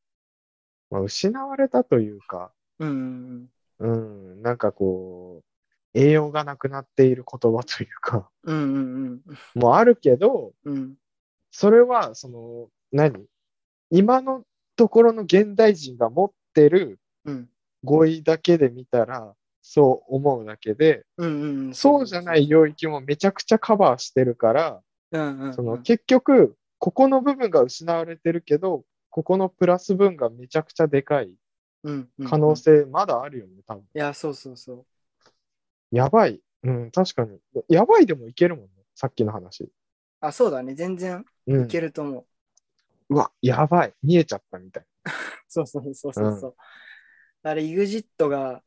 C: まあ、失われたというか、
B: うんうん
C: うん、なんかこう、栄養がなくなっている言葉というか、
B: うん、うんうん
C: もうあるけど、
B: うん、うん、
C: それは、その、何今のところの現代人が持ってる
B: うん、
C: 語彙だけで見たら、そう思うだけで、
B: うんうんん、
C: そうじゃない領域もめちゃくちゃカバーしてるから、
B: うんうんうん、
C: その結局、ここの部分が失われてるけど、ここのプラス分がめちゃくちゃでかい
B: うんうん
C: 可能
B: うん
C: 性まだあるよね、多分。
B: いや、そうそうそう。
C: やばい。うん、確かに。やばいでもいけるもんね、さっきの話。
B: あ、そうだね。全然
C: うん
B: い、けると思う。
C: うわ、やばい。見えちゃったみたい
B: そうそうそうそうそう。あれ、EXIT が、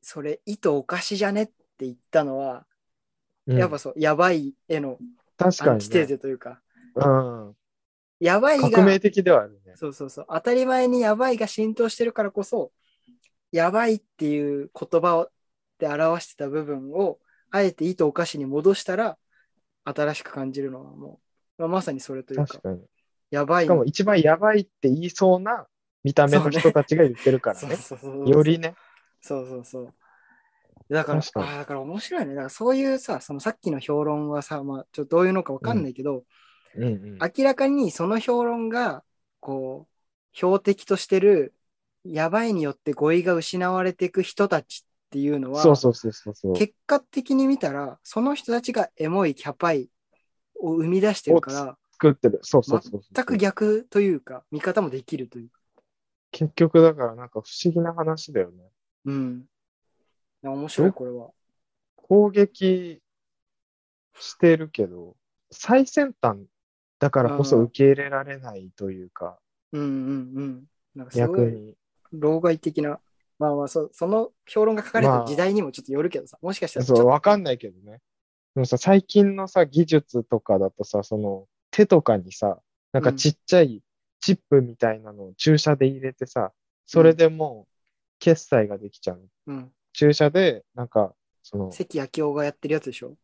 B: それ、意図おかしじゃねって言ったのは、
C: な。うん
B: やっぱそう、やばいへの
C: 確
B: ア
C: か
B: ン
C: に
B: チテー
C: ね、
B: ゼというか、
C: うん。
B: やばいが、
C: 革命的ではあるね。
B: そうそうそう、当たり前にやばいが浸透してるからこそ、やばいっていう言葉をで表してた部分を、あえて意図おかしに戻したら、新しく感じるのはもう、まあ、まさにそれというか
C: 確、かに。
B: やばい
C: しか
B: の
C: も一番やばいって言いそうな見た目の人たちが言ってるからね。
B: そうそうそうそう
C: よりね。
B: そうそうそう。だから、
C: 確かに
B: あーだから面白いね。だからそういうさ、そのさっきの評論はさ、まあ、ちょっとどういうのかわかんないけど、
C: うんうん
B: 明らかにその評論が、こう、標的としてる、やばいによって語彙が失われていく人たちっていうのは、
C: そうそうそうそうそう。
B: 結果的に見たら、その人たちがエモい、キャパイを生み出してるから、
C: 作ってる。そうそうそうそう。
B: 全く逆というか、見方もできるというか。
C: 結局だからなんか不思議な話だよね。
B: うん。いや面白い、これは。
C: 攻撃してるけど、最先端だからこそ受け入れられないというか、
B: うんうんうん。なんかすご
C: 逆
B: い
C: に。
B: 老害的な、まあまあそ、その評論が書かれた時代にもちょっとよるけどさ、もしかしたらちょっ
C: そう、
B: と
C: わかんないけどね。でもさ、最近のさ、技術とかだとさ、その手とかにさ、なんかちっちゃいチップみたいなのを注射で入れてさ、それでもう決済ができちゃう。
B: うん、
C: 注射で、なんか、その、
B: 関明夫がやってるやつでしょ。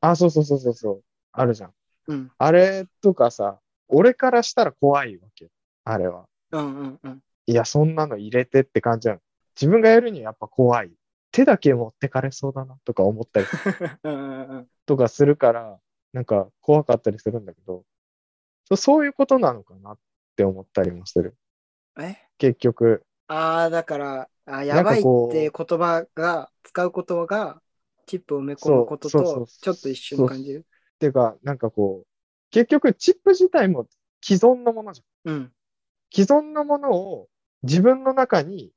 C: あ、そうそうそうそうそう、あるじゃん。
B: うん、
C: あれとかさ、俺からしたら怖いわけ。あれは。
B: うんうんうん。
C: いや、そんなの入れてって感じなの。自分がやるにはやっぱ怖い。手だけ持ってかれそうだなとか思ったり
B: うんうんうん
C: とかするから、なんか怖かったりするんだけど、そそういうことなのかなって思ったりもする。
B: え
C: 結局、
B: ああ、だから、あー
C: な
B: や
C: んか
B: ばいっ
C: こう
B: て言葉が、使う言葉が、チップを埋め込むこと
C: そうそうそ
B: と
C: う、
B: ちょっと一瞬感じる。
C: っていうか、なんかこう、結局チップ自体も既存のものじゃん。
B: うん。
C: 既存のものを自分の中に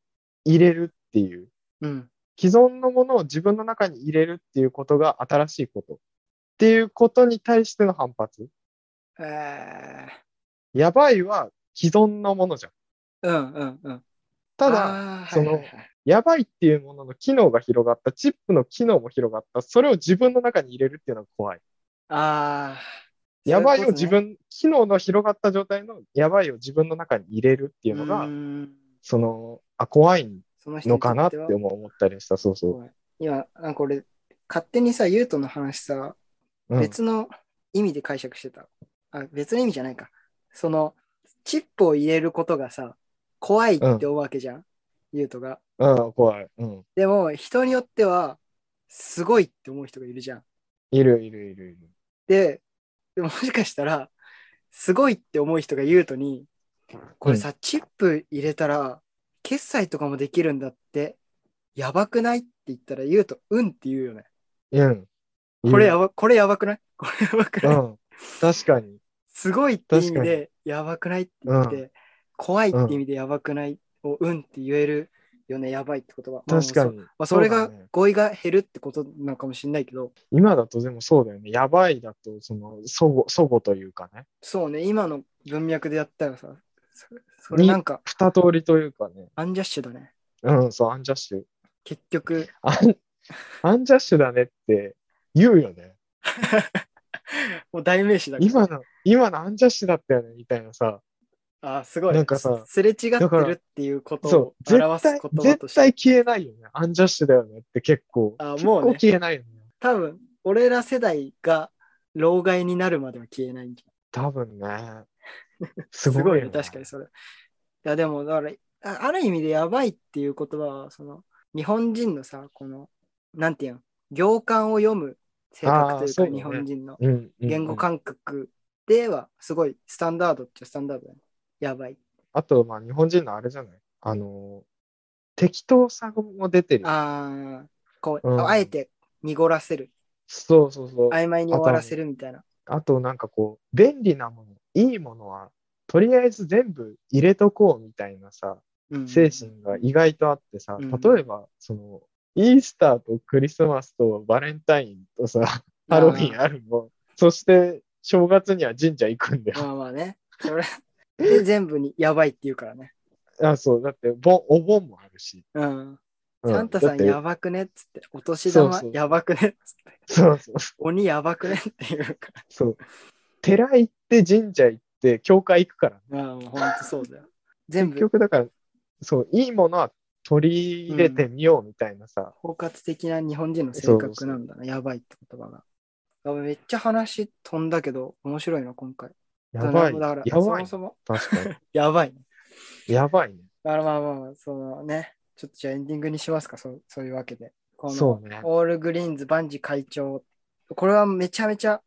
C: 入れるっていう。
B: うん。
C: 既存のものを自分の中に入れるっていうことが新しいこと。っていうことに対しての反発。
B: えー、
C: やばいは既存のものじゃん。
B: うんうんうん。
C: ただ、
B: あー、
C: その
B: はいはいはい
C: やばいっていうものの機能が広がった、チップの機能も広がった、それを自分の中に入れるっていうのが怖い。
B: ああ。
C: やばい
B: そ
C: を
B: ううことね
C: 自分、機能の広がった状態のやばいを自分の中に入れるっていうのが、
B: ーん
C: その、あ、怖い
B: その人
C: の
B: にと
C: かな
B: っ
C: ってて
B: は
C: も思ったりした。そうそ
B: 今、なんか俺、勝手にさ、ユウトの話さ、
C: う。うん、
B: 別の意味で解釈してた。あ、別の意味じゃないか。その、チップを入れることがさ、怖いって思うわけじゃん、ゆうとが。
C: うん、怖い。うん。
B: でも、人によっては、すごいって思う人がいるじゃん。
C: いるいるいるいる。
B: で、でももしかしたら、すごいって思う人が言うとに、これさ、チップ入れたら、決済とかもできるんだって、やばくないって言ったら、言うと、うんって言うよね。
C: うん。
B: これやば、これやばくない これやばく
C: う
B: ない、
C: ん。確かに。
B: すごいって意味
C: 確か
B: で、やばくないって言って、
C: う
B: 怖いって意味でやばくないを、うんって言えるよね、やばいってことは。 まあ
C: 確か
B: まあ
C: に。
B: そまあそれ
C: うだ
B: が
C: ね
B: 語彙が減るってことなのかもしれないけど、
C: 今だとでもそうだよね。やばいだと、その、そご、そごというかね。
B: そうね、今の文脈でやったらさ、そそれなんか
C: 二通りというかね。
B: アンジャッシュだね。
C: うん、そう、アンジャッシュ。
B: 結局、
C: アン、アンジャッシュだねって言うよね。
B: もう代名詞だから。
C: 今の、今のアンジャッシュだったよね、みたいなさ。
B: あーすごい。
C: なんかさ
B: すれ違って
C: だから
B: るっていうこと
C: そ
B: を
C: う、絶
B: 表す
C: 対、
B: 言葉と
C: 絶
B: して。
C: 対消えないよね。アンジャッシュだよねって結構、
B: あ
C: 結
B: もうね
C: 構消えないよね。
B: 多分、俺ら世代が老害になるまでは消えないんじゃん。
C: 多分ね。すごいよね。
B: 確かにそれ。いや、でも、だから、あある意味でやばいっていう言葉は、その、日本人のさ、この、なんていうの、行間を読む性格と
C: あー
B: いう
C: そう
B: か、
C: だね
B: 日本人の
C: うん。うん。
B: 言語感覚では、すごいスタンダードっちゃスタンダードだね。やばい。
C: あと、まあ、日本人のあれじゃないあの、適当さも出てる。
B: ああ、こう、
C: うん
B: あえて濁らせる。
C: そうそうそう。
B: 曖昧に終わらせるみたいな。
C: あと、なんかこう、便利なもの、いいものは、とりあえず全部入れとこうみたいなさ、
B: うん
C: 精神が意外とあってさ、
B: うん
C: 例えば、その、イースターとクリスマスとバレンタインとさ、ハロウィンあるの。そして、正月には神社行くんだよ。
B: まあまあね。それで全部にやばいって言うからね。
C: あ、そう、だって、ぼお盆もあるし。
B: うん。
C: うん
B: サンタさん
C: だって
B: やばくねっつって、お年玉
C: そうそう
B: やばくねっつって、
C: そうそう
B: 鬼やばくねって言うから。
C: そう。寺行って神社行って教会行くから。
B: まあもうほんとそうだよ。全
C: 結
B: 部
C: 局だから、そう、いいものは取り入れてみようみたいなさ。
B: 包括的な日本人の性格なんだな、やばいって言葉が。あめっちゃ話飛んだけど、面白いな、今回。
C: やばい。
B: だから、
C: や
B: そ
C: ばい
B: も。そも、
C: 確か
B: やばいね。
C: に。やばいね。
B: だからまあまあまあ、そのね、ちょっとじゃあエンディングにしますか、そう そういうわけで。この
C: そうね。
B: オールグリーンズ万事会長。これはめちゃめちゃ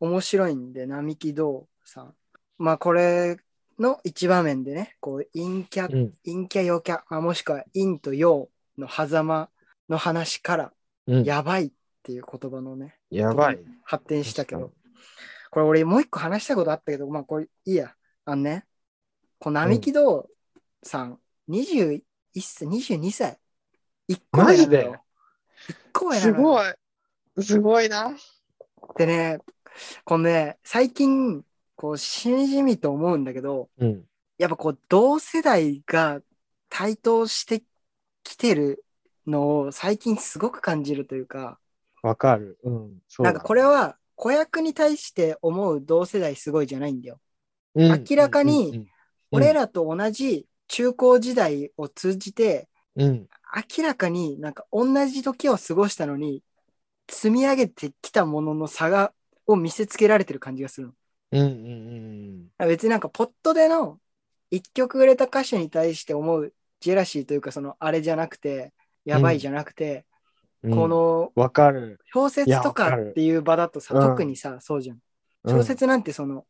B: 面白いんで、並木道さん。まあこれの一場面でね、こう陰キャ、
C: うん。
B: 陰キャ陽キャ、まあ、もしくは陰と陽の狭間の話から、
C: うん、や
B: やばいっていう言葉のね、
C: ばい。
B: 発展したけど
C: 確、
B: これ俺もう一個話したことあったけど、まあこれいいや。あのね、こう並木道さん、21歳、22歳。一個上
C: マ
B: な
C: ジ
B: の
C: で
B: よ。一個上なの
C: す
B: よ
C: ごい。すごいな。
B: でね、このね、最近、こう、しみじみと思うんだけど、
C: うん。
B: やっぱこう、同世代が台頭してきてるのを最近すごく感じるというか、
C: わかる。うん。そう
B: なん
C: だ
B: かこれは子役に対して思う同世代すごいじゃないんだよ。
C: うん
B: 明らかに、
C: うん
B: 俺らと同じ中高時代を通じて、
C: うんうん。
B: 明らかになんか同じ時を過ごしたのに、積み上げてきたものの差が、を見せつけられてる感じがするの。
C: うんうんうん
B: 別になんかポットでの一曲売れた歌手に対して思うジェラシーというかそのあれじゃなくてやばいじゃなくて、
C: うん。うん
B: こ、の
C: わかる。
B: 小説と
C: いや
B: か
C: わかる
B: っていう場だとさ、
C: うん
B: 特にさそうじゃん
C: うん
B: 小説なんてその、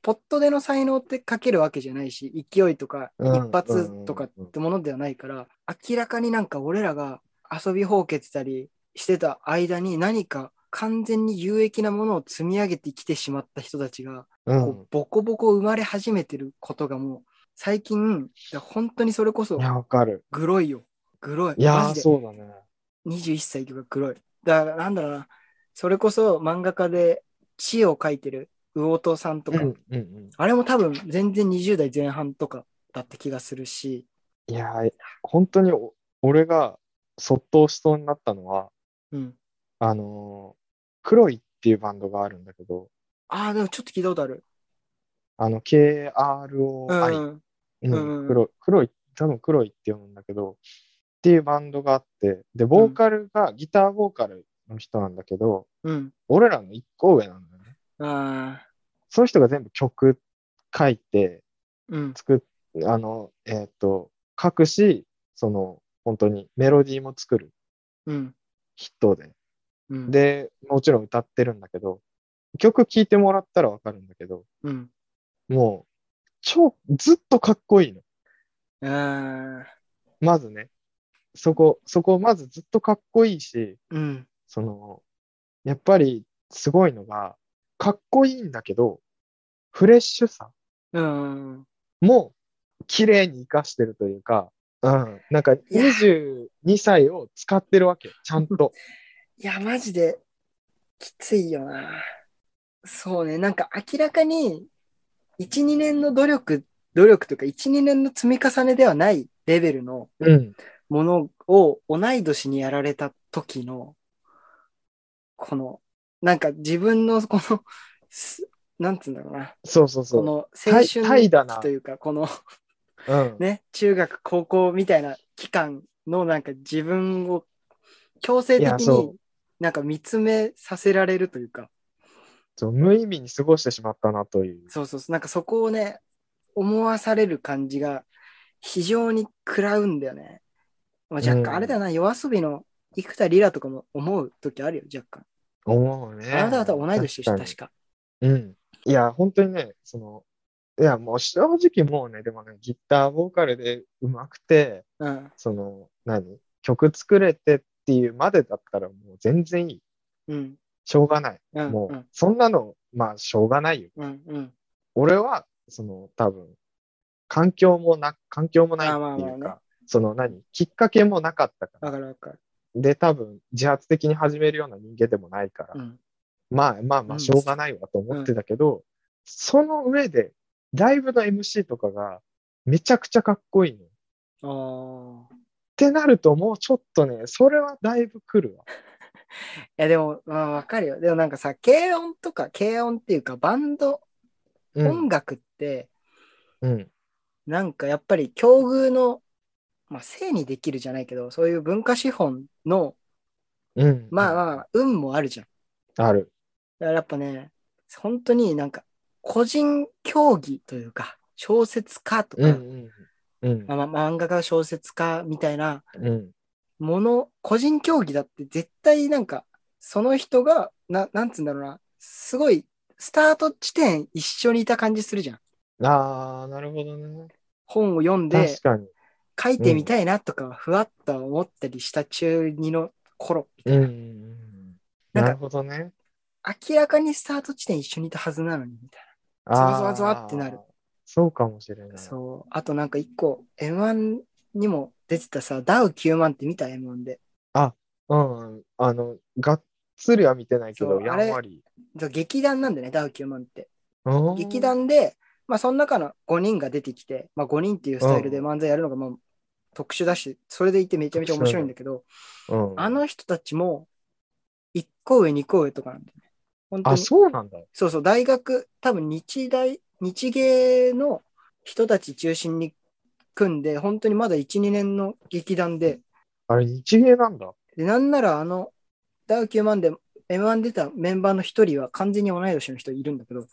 B: ポットでの才能って書けるわけじゃないし勢いとか
C: うん
B: 一発とかってものではないから、明らかになんか俺らが遊びほうけてたりしてた間に何か完全に有益なものを積み上げてきてしまった人たちが
C: う
B: こうボコボコ生まれ始めてることがもう最近だから本当にそれこそ
C: ん。いや、わかる。
B: グロいよグロい
C: いや
B: マ
C: ー、
B: ジで
C: そうだね。
B: 21歳がグロいだからなんだろうなそれこそ漫画家で知恵を書いてる魚とさんと
C: うん
B: か、
C: うんうん。
B: あれも多分全然20代前半とかだった気がするし
C: いやー、本当にお俺が卒倒しそうになったのは、
B: うん
C: あのークロイっていうバンドがあるんだけど、
B: ああでもちょっと聞いたことある
C: あの、
B: う
C: KROI、
B: ん
C: うん
B: うんうん
C: クロクロイ、多分クロイって読むんだけど、っていうバンドがあって、で、ボーカルが、ギターボーカルの人なんだけど、
B: うん
C: 俺らの一個上なんだよね。
B: ああ
C: その人が全部曲書いて、
B: うん。
C: 作っ、あの、えーっと、書くし、その、本当にメロディーも作る
B: うん。
C: 人で。
B: うん、
C: で、もちろん歌ってるんだけど、曲聴いてもらったらわかるんだけど、
B: うん。
C: もう、超、ずっとかっこいいの。
B: ああ。
C: まずね。そこ、そこ、まずずっとかっこいいし、
B: うん。
C: その、やっぱりすごいのが、かっこいいんだけど、フレッシュさ
B: うん。
C: も綺麗に活かしてるというか、うん、なんか
B: や
C: 22歳を使ってるわけ、ちゃんと。
B: いや、マジで、きついよな。そうね、なんか明らかに、1、2年の努力、努力というか、1、2年の積み重ねではないレベルの
C: うん、
B: ものを同い年にやられた時の、この、なんか自分のこの、すなんつうんだろうな、
C: そうそう
B: こ
C: そ
B: の青春
C: たいだな
B: 期というか、この
C: う。うん、
B: ね、中学、高校みたいな期間のなんか自分を強制
C: い
B: 的
C: や
B: に
C: そ
B: なんか見つめさせられるというか、
C: そう無意味に過ごしてしまったなという。
B: そうそうそう、なんかそこをね、思わされる感じが非常に食らうんだよね。まあ、若
C: うん
B: 干、あれだよな、夜遊びの生田リラとかも思う時あるよ、若
C: 思うね。
B: 干。あなた方は同い年でしょ、確か。
C: うん。いや、本当にね、その、いや、もう正直もうね、でもね、ギター、ボーカルで上手くて、
B: うん。
C: その、何曲作れてっていうまでだったらもう全然いい。
B: うん。
C: しょうがない。
B: うん。
C: も
B: う、
C: うんそんなの、まあ、しょうがないよ。
B: うん。うん。
C: 俺は、その、多分、環境もな、環境もない
B: あまあ
C: って
B: まあ
C: いう
B: ね
C: か、その何きっかけもなかったか
B: わ
C: ら。
B: かるわかる。
C: で、多分、自発的に始めるような人間でもないから
B: う、ん。
C: まあまあま
B: う
C: あ、
B: ん
C: しょうがないわと思ってたけど、その上で、ライブの MC とかがめちゃくちゃかっこいいの。っ
B: ああ。
C: てなると、もうちょっとね、それはだいぶ来る
B: い
C: わ。
B: やでも、まあ、わかるよ。でもなんかさ、軽音とか、軽音っていうか、バンド、
C: うん。
B: 音楽って、
C: うん。
B: なんかやっぱり境遇の、まあ、せいにできるじゃないけど、そういう文化資本の、
C: うん。
B: まあまあまあ、運もあるじゃん。
C: あ。ある。
B: だからやっぱね、本当になんか、個人競技というか、小説家とか、
C: うん。うん。うん。
B: まあ、まあ漫画家小説家みたいな
C: うん。
B: もの、個人競技だって絶対なんか、その人が、ななんつうんだろうな、すごい、スタート地点一緒にいた感じするじゃん。
C: ああ、なるほどね。
B: 本を読んで
C: 確、かに。
B: 書いてみたいなとか、ふわっと思ったりした中二の頃、
C: うんうんうん。
B: なんか
C: なるほどね。
B: 明らかにスタート地点一緒にいたはずなのに、みたい
C: あ
B: ズ
C: あ
B: ワズワズワってなる。
C: そうかもしれな
B: な。
C: い。
B: そう。あとなんか一個、M1 にも出てたさ、ダウ9万って見た M1 で。
C: うん。あの、がっつりは見てないけ
B: そ
C: ど、
B: う
C: や
B: あれ
C: んわり。
B: そう劇団なんだね、ダウ9万って。
C: うん
B: 劇。団で、まあその中の5人が出てきて、まあ5人っていうスタイルで漫才やるのがまあ特殊だし、それでいてめちゃめちゃ面白いんだけど、
C: うん、
B: あの人たちも1個上、2個上とかなんだよね。本当
C: あ、
B: に
C: そうなんだ。
B: そうそう、大学、多分日大、日芸の人たち中心に組んで、本当にまだ1、2年の劇団で、
C: あれ、日芸なんだ。
B: でなんならあの、ダウ9万で M1 出たメンバーの一人は完全に同い年の人いるんだけど、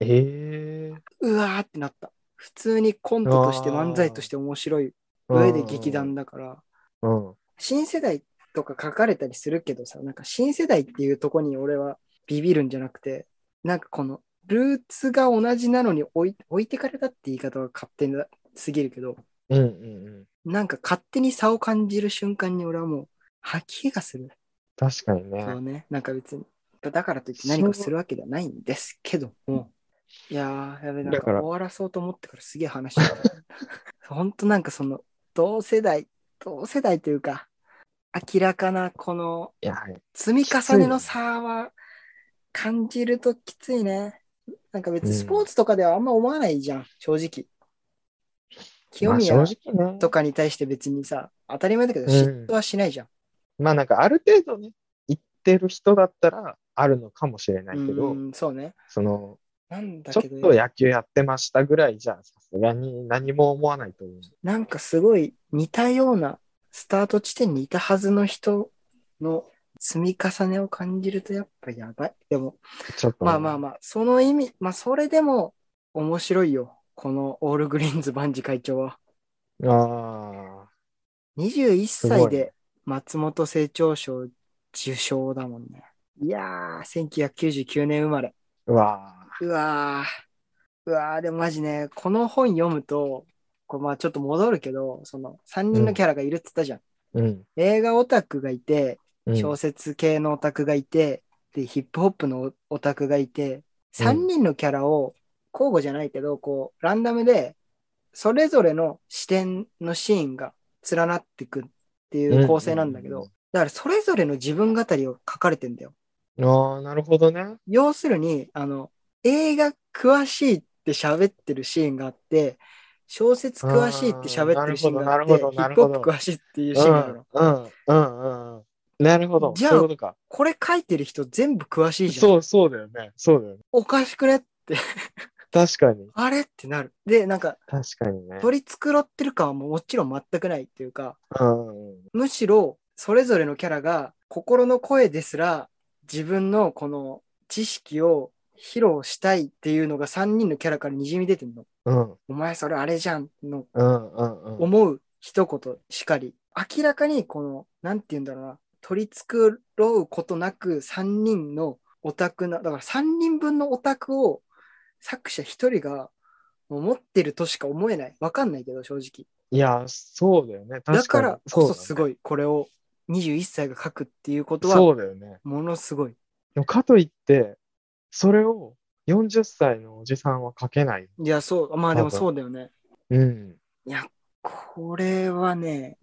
C: ええ
B: うわーってなった。普通にコントとして
C: あー
B: 漫才として面白い上で劇団だから、
C: うん。
B: 新世代とか書かれたりするけどさ、なんか新世代っていうとこに俺はビビるんじゃなくて、なんかこのルーツが同じなのに置い置いてかれたって言い方が勝手にすぎるけど、
C: うんうんうん。
B: なんか勝手に差を感じる瞬間に俺はもう吐き気がする。
C: 確かにね。
B: そうね、なんか別に。だからといって何かするわけではないんですけども。いやー、やべ、なん
C: だ
B: か
C: か
B: 終
C: ら
B: わらそうと思ってからすげえ話してた。 ほんとなんかその、同世代、同世代というか、明らかなこの
C: いや、はい
B: 積み重ねの差は感じるときついね。なんか別にスポーツとかではあんま思わないじゃん、正直。清
C: まあ、
B: 宮
C: 正直ね。
B: とかに対して別にさ、当たり前だけど
C: うん
B: 嫉妬はしないじゃん。
C: まあ、なんかある程度ね、言ってる人だったらあるのかもしれな
B: う
C: いけど、
B: ん、そうね。
C: その、
B: なんだ
C: ちょっ
B: けど、
C: と野球やってましたぐらいじゃ、さすがに何も思わないと思う。
B: なんかすごい似たようなスタート地点にいたはずの人の積み重ねを感じるとやっぱやばい。でも、
C: ちょっとね、
B: まあまあまあ、その意味、まあそれでも面白いよ。このオールグリーンズ万事会長は。
C: ああ、
B: 21
C: すご
B: 歳
C: いね
B: で松本清張賞受賞だもんね。いやー、1999年生まれ。
C: うわあ、
B: うわー、うわー、でもマジね、この本読むと、こうまあちょっと戻るけど、その3人のキャラがいるっつったじゃん。
C: うん。
B: 映画オタクがいて、
C: うん
B: 小説系のオタクがいて、で、ヒップホップのオタクがいて、
C: うん
B: 3人のキャラを交互じゃないけど、こう、ランダムで、それぞれの視点のシーンが連なってくっていう構成なんだけど、
C: うんうんうん
B: だからそれぞれの自分語りを書かれてんだよ。
C: ああ、なるほどね。
B: 要するに、あの、映画詳しいって喋ってるシーンがあって、小説詳しいって喋ってるシーンがあって、
C: あ
B: ヒ
C: ーなるほどな
B: ッ
C: る
B: プホ
C: ほ
B: ッ
C: どなるほど
B: プ詳しいっていう
C: う
B: シーンがあるの。
C: ん、うん、うん、うん。なるほど。
B: じゃあ
C: そういうことか。
B: これ書いてる人全部詳しいじゃん。
C: そう、そうだよね。そうだよね。
B: おかしくねって、
C: 確かに。
B: あれってなる。で、なんか、
C: 確かにね。
B: 取り繕ってる感はもうもちろん全くないっていうか、
C: うん、うん。
B: むしろ、それぞれのキャラが、心の声ですら、自分のこの知識を披露したいっていうのが3人のキャラからにじみ出てるの。
C: うん、
B: お前それあれじゃんの
C: うん、うん。うん
B: 思う一言しかり、明らかにこの、なんて言うんだろうな、取り繕うことなく3人のオタクな、だから3人分のオタクを作者1人がもう持ってるとしか思えない。わかんないけど、正直。
C: いや、そうだよね。確かに。
B: だからこそす
C: い。
B: ごい、これを21歳が書くっていうことは、
C: そうだよね。
B: ものすごい。
C: でもかといって、それを40歳のおじさんは書けない。
B: いや、そう、まあでもそうだよね。
C: うん。
B: これはね、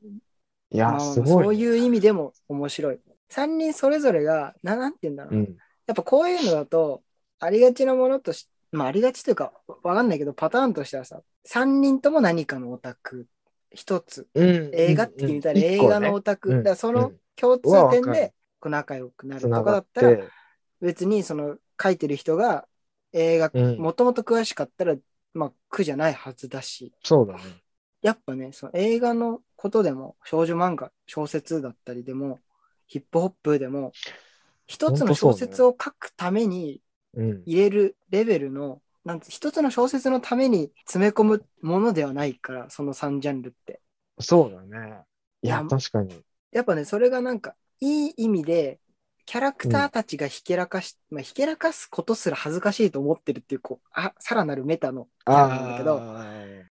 C: い
B: ま
C: や、
B: あ
C: すごいね。
B: そういう意味でも面白い。3人それぞれが、ななんて言うんだろうな
C: うん。
B: やっぱこういうのだと、ありがちなものとし、まあありがちというか、わわかんないけど、パターンとしてはさ、3人とも何かのオタク、一つ、
C: うん。
B: 映画って聞いたら
C: うんうん
B: 映画の
C: 一
B: オタク、
C: うん
B: だからその
C: うん
B: 共
C: うわ
B: 通
C: わ
B: 点
C: か
B: で
C: る
B: こう仲良くなる
C: 個
B: と
C: ね
B: かだった
C: 繋
B: ら
C: が、て
B: 別にその書いてる人が映画、
C: うん
B: もともと詳しかったら、まあ苦じゃないはずだし、
C: そうだね。
B: やっぱね、その映画のことでも、少女漫画、小説だったりでも、ヒップホップでも、一つの小説を書くために
C: うん。
B: 入れるレベルの、なんて一つの小説のために詰め込むものではないから、その3ジャンルって。
C: そうだね。い
B: い
C: や
B: や、
C: 確かに。
B: やっぱね、それがなんか、いい意味で、キャラクターたちがひけらかし、まあ、ひけらかすことすら恥ずかしいと思ってるっていう、こう、あ、さらなるメタのキャラなんだけど、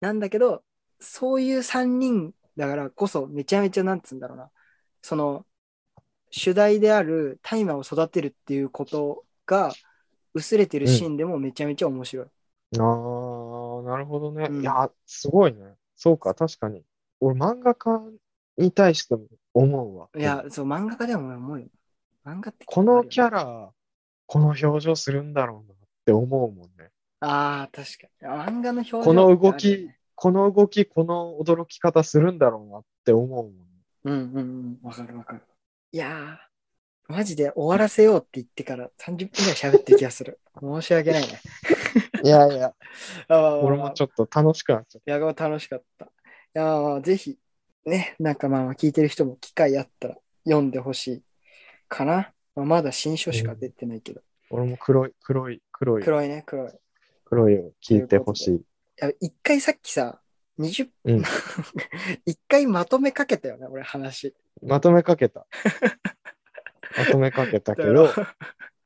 B: なんだけど、そういう3人だからこそ、めちゃめちゃ、なんつうんだろうな、その、主題である大麻を育てるっていうことが、薄れてるシーンでもめちゃめちゃ面白い。
C: あーなるほどね。
B: うん
C: いや、すごいね。そうか、確かに。俺、漫画家に対しても思うわ。
B: いや、そう、漫画家でも思うよ。漫画って
C: このキャ
B: ラ。
C: ラ、この表情するんだろうなって思うもんね。
B: ああ、確かに。漫画の表情
C: この動
B: ってあるよ
C: き
B: ね、
C: この動き、この驚き方するんだろうなって思うもんね。
B: うんうんうん。わかるわかる。いやー、マジで終わらせようって言ってから30分ぐらい喋ってる気がする。 申し訳ないね。
C: いやいや、
B: あまあまあまあ
C: 俺もちょっと楽しくなっちゃっ
B: いや、楽しかった。いや、まあぜひ、ね、なんかまあ、聞いてる人も機会あったら読んでほしいかな。まあ、まだ新書しか出てないけど。
C: た。俺も黒い、黒い、黒い、
B: 黒いね、黒い。い
C: 黒いを聞いてほしい。
B: や、一回さっきさ、20
C: うん
B: 分、 一回まとめかけたよね、俺話。
C: まとめか けた。まとめかけたけ
B: だ
C: ど、
B: から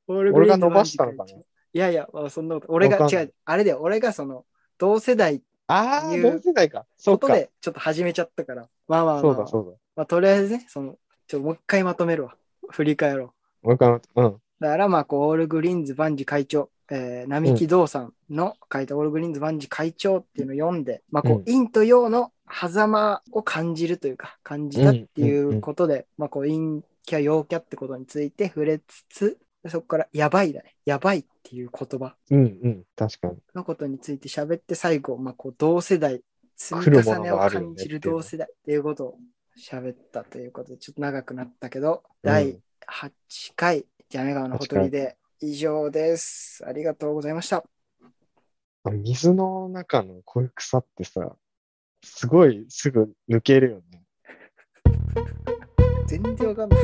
B: オールグ
C: 俺
B: リー
C: が
B: ンズ
C: 伸ばしたのか
B: マジ
C: な
B: ックが一番。いやいや、まあ、そんなこと。俺が、
C: わかん
B: 違、
C: ないう
B: あれだよ、俺がその、同世代って
C: あ
B: い
C: あ、
B: う
C: 同世代か。そ
B: こ
C: う
B: と
C: か。
B: で、ちょっと始めちゃったから。まあまあま
C: そ
B: あ、
C: うだ、そうだ。
B: まあ、とりあえずね、その、ちょっともう一回まとめるわ。振り返ろう。
C: わかんない。うん。
B: だからまあこうオールグリーンズ万事会長、えー、並木道さんの書いたオールグリーンズ万事会長っていうのを読んで、まあこう
C: うん
B: 陰と陽の狭間を感じるというか感じたっていうことで、まあこう陰キャ陽キャってことについて触れつつそこからやばいだねやばいっていう言葉
C: うんうん。確かに。
B: のことについて喋って最後、まあ、こう同世代積み重ねを感じる
C: 来るものがあるよねっていう
B: 同世代っていうことを喋ったということでちょっと長くなったけど、
C: うん
B: 第8回ジャメ川のほとりで以上ですありがとうございました
C: あ水の中のこういう草ってさ、すごいすぐ抜けるよね。
B: 全然わかんない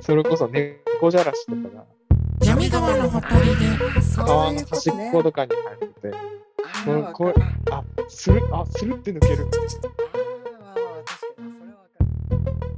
C: それこそ猫じゃらしとかが
D: 闇川のほとりで。
B: そ
C: 川
B: うい
C: の
B: うこ
C: 端っ
B: とね
C: ことかに入ってて、
B: あ
C: う
B: ー
C: ん
B: わか
C: これ
B: る
C: あ、する、あ、するって抜け
B: あ
C: る。
B: ーまあまあ確かにそれはわかる